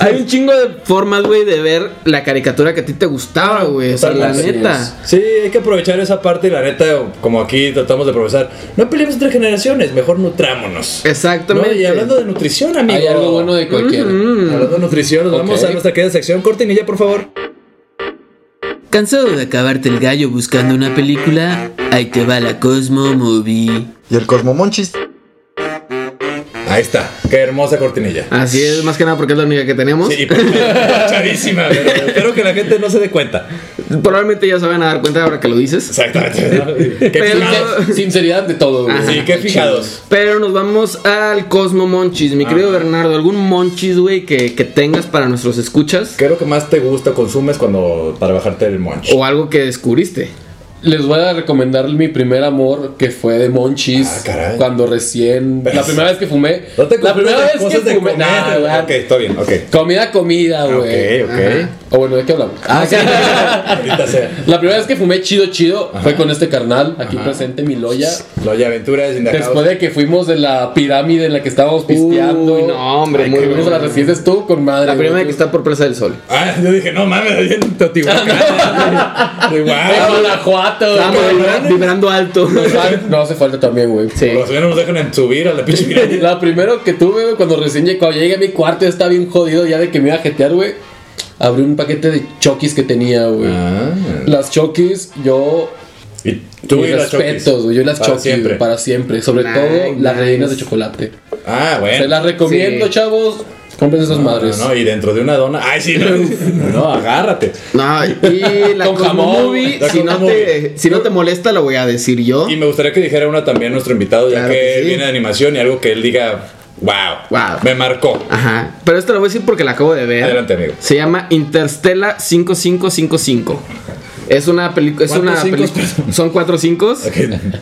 S1: Hay un chingo de formas, güey, de ver la caricatura que a ti te gustaba, güey. O sea, la
S6: Totalmente,
S1: neta.
S6: así
S2: Sí, hay que aprovechar esa parte y la neta, como aquí tratamos de profesar, no peleemos entre generaciones, mejor nutrámonos.
S1: Exactamente.
S2: No, y hablando de nutrición, amigo. Mm.
S6: Hay algo bueno de cualquiera.
S2: Hablando de nutrición, nos vamos
S6: Ok.
S2: a nuestra querida sección cortinilla, por favor.
S1: ¿Cansado de acabarte el gallo buscando una película? Ahí te va la Cosmo Movie.
S7: Y el Cosmomonchis.
S2: Ahí está, qué hermosa cortinilla.
S1: Así es, más que nada porque es la única que tenemos.
S2: Sí, y pues, chavísima, pero espero que la gente no se dé cuenta.
S1: Probablemente ya se van a dar cuenta ahora que lo dices.
S2: Exactamente. ¿no? Qué
S1: Pero-
S2: fijados.
S6: Sinceridad de todo, güey.
S2: Sí, qué fijados.
S1: Pero nos vamos al Cosmo Monchis. Mi
S2: Ah.
S1: querido Bernardo, ¿algún Monchis, güey, que, que tengas para nuestros escuchas?
S2: ¿Qué es lo que más te gusta consumes cuando para bajarte el monch?
S1: ¿O algo que descubriste?
S6: Les voy a recomendar mi primer amor que fue de Monchis.
S2: Ah, caray.
S6: cuando recién.
S2: Pero-
S6: la primera vez que fumé.
S2: No te confundas
S6: la primera
S2: con
S6: vez que
S2: cosas de
S6: fumé.
S2: comer.
S6: Nah, güey.
S2: ok, está bien, ok. Ah,
S6: Comida, comida,
S2: Ok,
S6: güey. ¿Eh?
S2: ok.
S6: O bueno, ¿de qué hablamos? Ah,
S2: Ahorita sea.
S6: La primera vez que fumé chido, chido fue con este carnal. Aquí presente, mi Loya.
S2: Loya Aventura es
S6: Después de que fuimos de la pirámide en la que
S2: Uh,
S6: estábamos pisteando.
S1: Uy, no, hombre, muy
S6: que fuimos
S1: bueno.
S6: a la residencia tú con madre.
S1: La
S6: güey.
S1: primera que está por Plaza del Sol.
S2: Ah, yo dije, no mames, ahí en Teotihuacán.
S6: Ah,
S2: "Ah,
S6: De
S2: Igual.
S6: Guanajuato.
S1: Estábamos
S6: güey.
S1: vibra- vibrando alto.
S6: No hace falta también, güey.
S1: Sí.
S2: Los ciudadanos nos dejan en subir a la pinche pirámide.
S6: La primero que tuve, güey, cuando recién llegué, cuando llegué a mi cuarto, ya estaba bien jodido ya de que me iba a jetear, güey. Abrí un paquete de choquis que tenía, güey.
S2: Ah.
S6: Las choquis, yo.
S2: Y tú
S6: mis
S2: y las
S6: respetos,
S2: choquis.
S6: güey. Yo las
S2: Para
S6: choquis
S2: siempre.
S6: güey, para siempre. Sobre
S1: Nice,
S6: todo las
S1: nice.
S6: rellenas de chocolate.
S2: Ah,
S6: Se
S2: bueno.
S6: las recomiendo,
S1: Sí.
S6: chavos. Compren esas madres.
S2: No, no, y dentro de una dona. Ay, sí, no. no, agárrate.
S1: No, y la
S6: Con
S1: Cosmo
S6: jamón.
S1: Movie,
S2: La
S1: si,
S2: Cosmo
S1: no te, si no te molesta, lo voy a decir yo.
S2: Y me gustaría que dijera una también nuestro invitado, ya
S1: Claro
S2: que,
S1: que sí.
S2: viene de animación y algo que él diga, wow,
S1: Wow.
S2: me marcó.
S1: Ajá. Pero esto lo voy a decir porque la acabo de ver.
S2: Adelante, amigo.
S1: Se llama Interstella 5555. Es una película. Es
S2: ¿Cuántos
S1: una
S2: cincos,
S1: peli-
S2: perdón?
S1: Son cuatro cinco.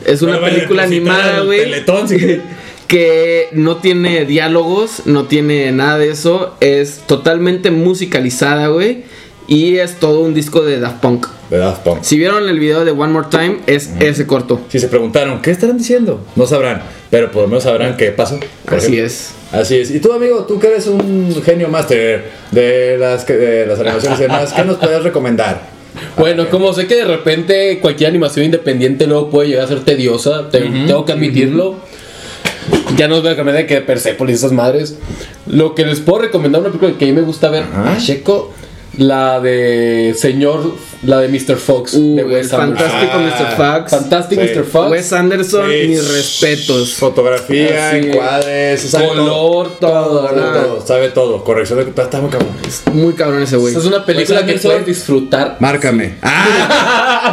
S1: Es una
S2: Pero vale,
S1: película
S2: pues, si está
S1: animada,
S2: el
S1: güey.
S2: Teletón, sí que-
S1: Que no tiene diálogos, no tiene nada de eso. Es totalmente musicalizada, güey. Y es todo un disco de Daft Punk.
S2: de Daft Punk.
S1: Si vieron el video de One More Time, es ese corto.
S2: Si se preguntaron, ¿qué estarán diciendo? No sabrán, pero por lo menos sabrán qué pasó. por
S1: Así
S2: ejemplo.
S1: es.
S2: Así es. Y tú, amigo, tú que eres un genio máster de las, que- de las animaciones y demás, ¿qué nos puedes recomendar?
S6: Bueno, como sé que de repente cualquier animación independiente luego puede llegar a ser tediosa, te- tengo que admitirlo. Ya no os voy a recomendar que Persepolis y esas madres. Lo que les puedo recomendar, una película que a mí me gusta ver,
S2: Ajá.
S6: a Checo, la de Señor, la de Mr. Fox, de
S1: Uh, el
S6: Wes Anderson.
S1: fantástico
S2: Ah,
S1: Mr. Fox.
S6: Fantastic
S2: Sí.
S6: Mr. Fox.
S1: Wes Anderson,
S2: Sí.
S1: mis respetos.
S2: Fotografía,
S6: Así es.
S2: encuadres, sabe todo.
S6: color, todo.
S2: Sabe
S6: nada.
S2: todo, sabe todo. Corrección de está muy cabrón.
S1: Muy cabrón ese güey.
S6: Esa es una película
S2: Wes
S6: que
S2: Anderson.
S6: puedes disfrutar.
S9: Márcame.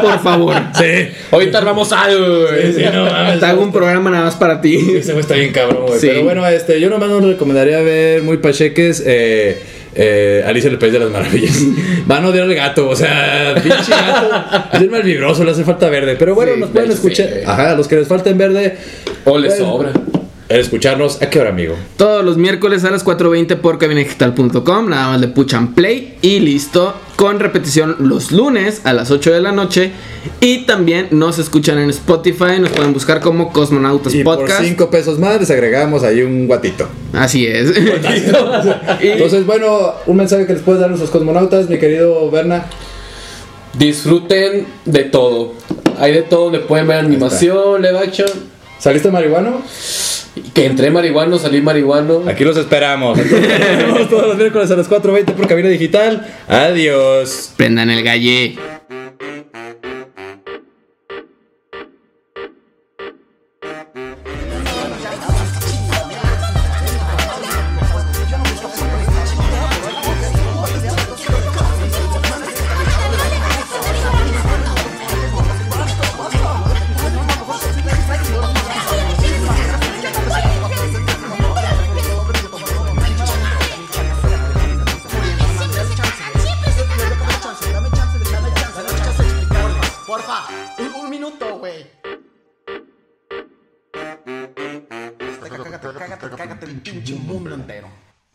S1: Por favor.
S2: Ah, Sí.
S6: Ahorita armamos algo. güey.
S2: Sí, no mames.
S1: Te hago un programa nada más para ti.
S2: Ese güey está bien cabrón, güey.
S1: Sí.
S2: Pero bueno, este, yo nomás nos recomendaría ver muy pacheques eh, eh, Alicia en el País de las Maravillas. Van a odiar al gato, o sea, pinche gato. Es el mal vibroso, le hace falta verde. Pero bueno,
S1: Sí,
S2: nos pueden
S6: sí,
S2: escuchar.
S6: güey.
S2: Ajá, los que les falten verde,
S6: O le
S2: Bueno.
S6: sobra.
S2: el escucharnos. ¿A qué hora, amigo?
S1: Todos los miércoles a las 4.20 por cabinadigital.com. Nada más le puchan play y listo. Con repetición los lunes a las 8 de la noche. Y también nos escuchan en Spotify. Nos pueden buscar como Cosmonautas
S2: Y
S1: Pues Podcast.
S2: por 5 pesos más les agregamos ahí un guatito.
S1: Así es. Y-
S2: Entonces, bueno, un mensaje que les puedes dar a nuestros cosmonautas, mi querido Berna.
S6: Disfruten de todo. Hay de todo donde pueden ver animación, live action.
S2: ¿Saliste marihuano?
S6: Que entré marihuano, salí marihuano.
S2: Aquí los esperamos. Nos vemos todos los miércoles a las 4.20 por Cabina Digital. Adiós.
S1: Prendan el galle.
S7: porfa. Un, un minuto, güey. Cágate, cágate, cágate, cágate el pinche mundo entero.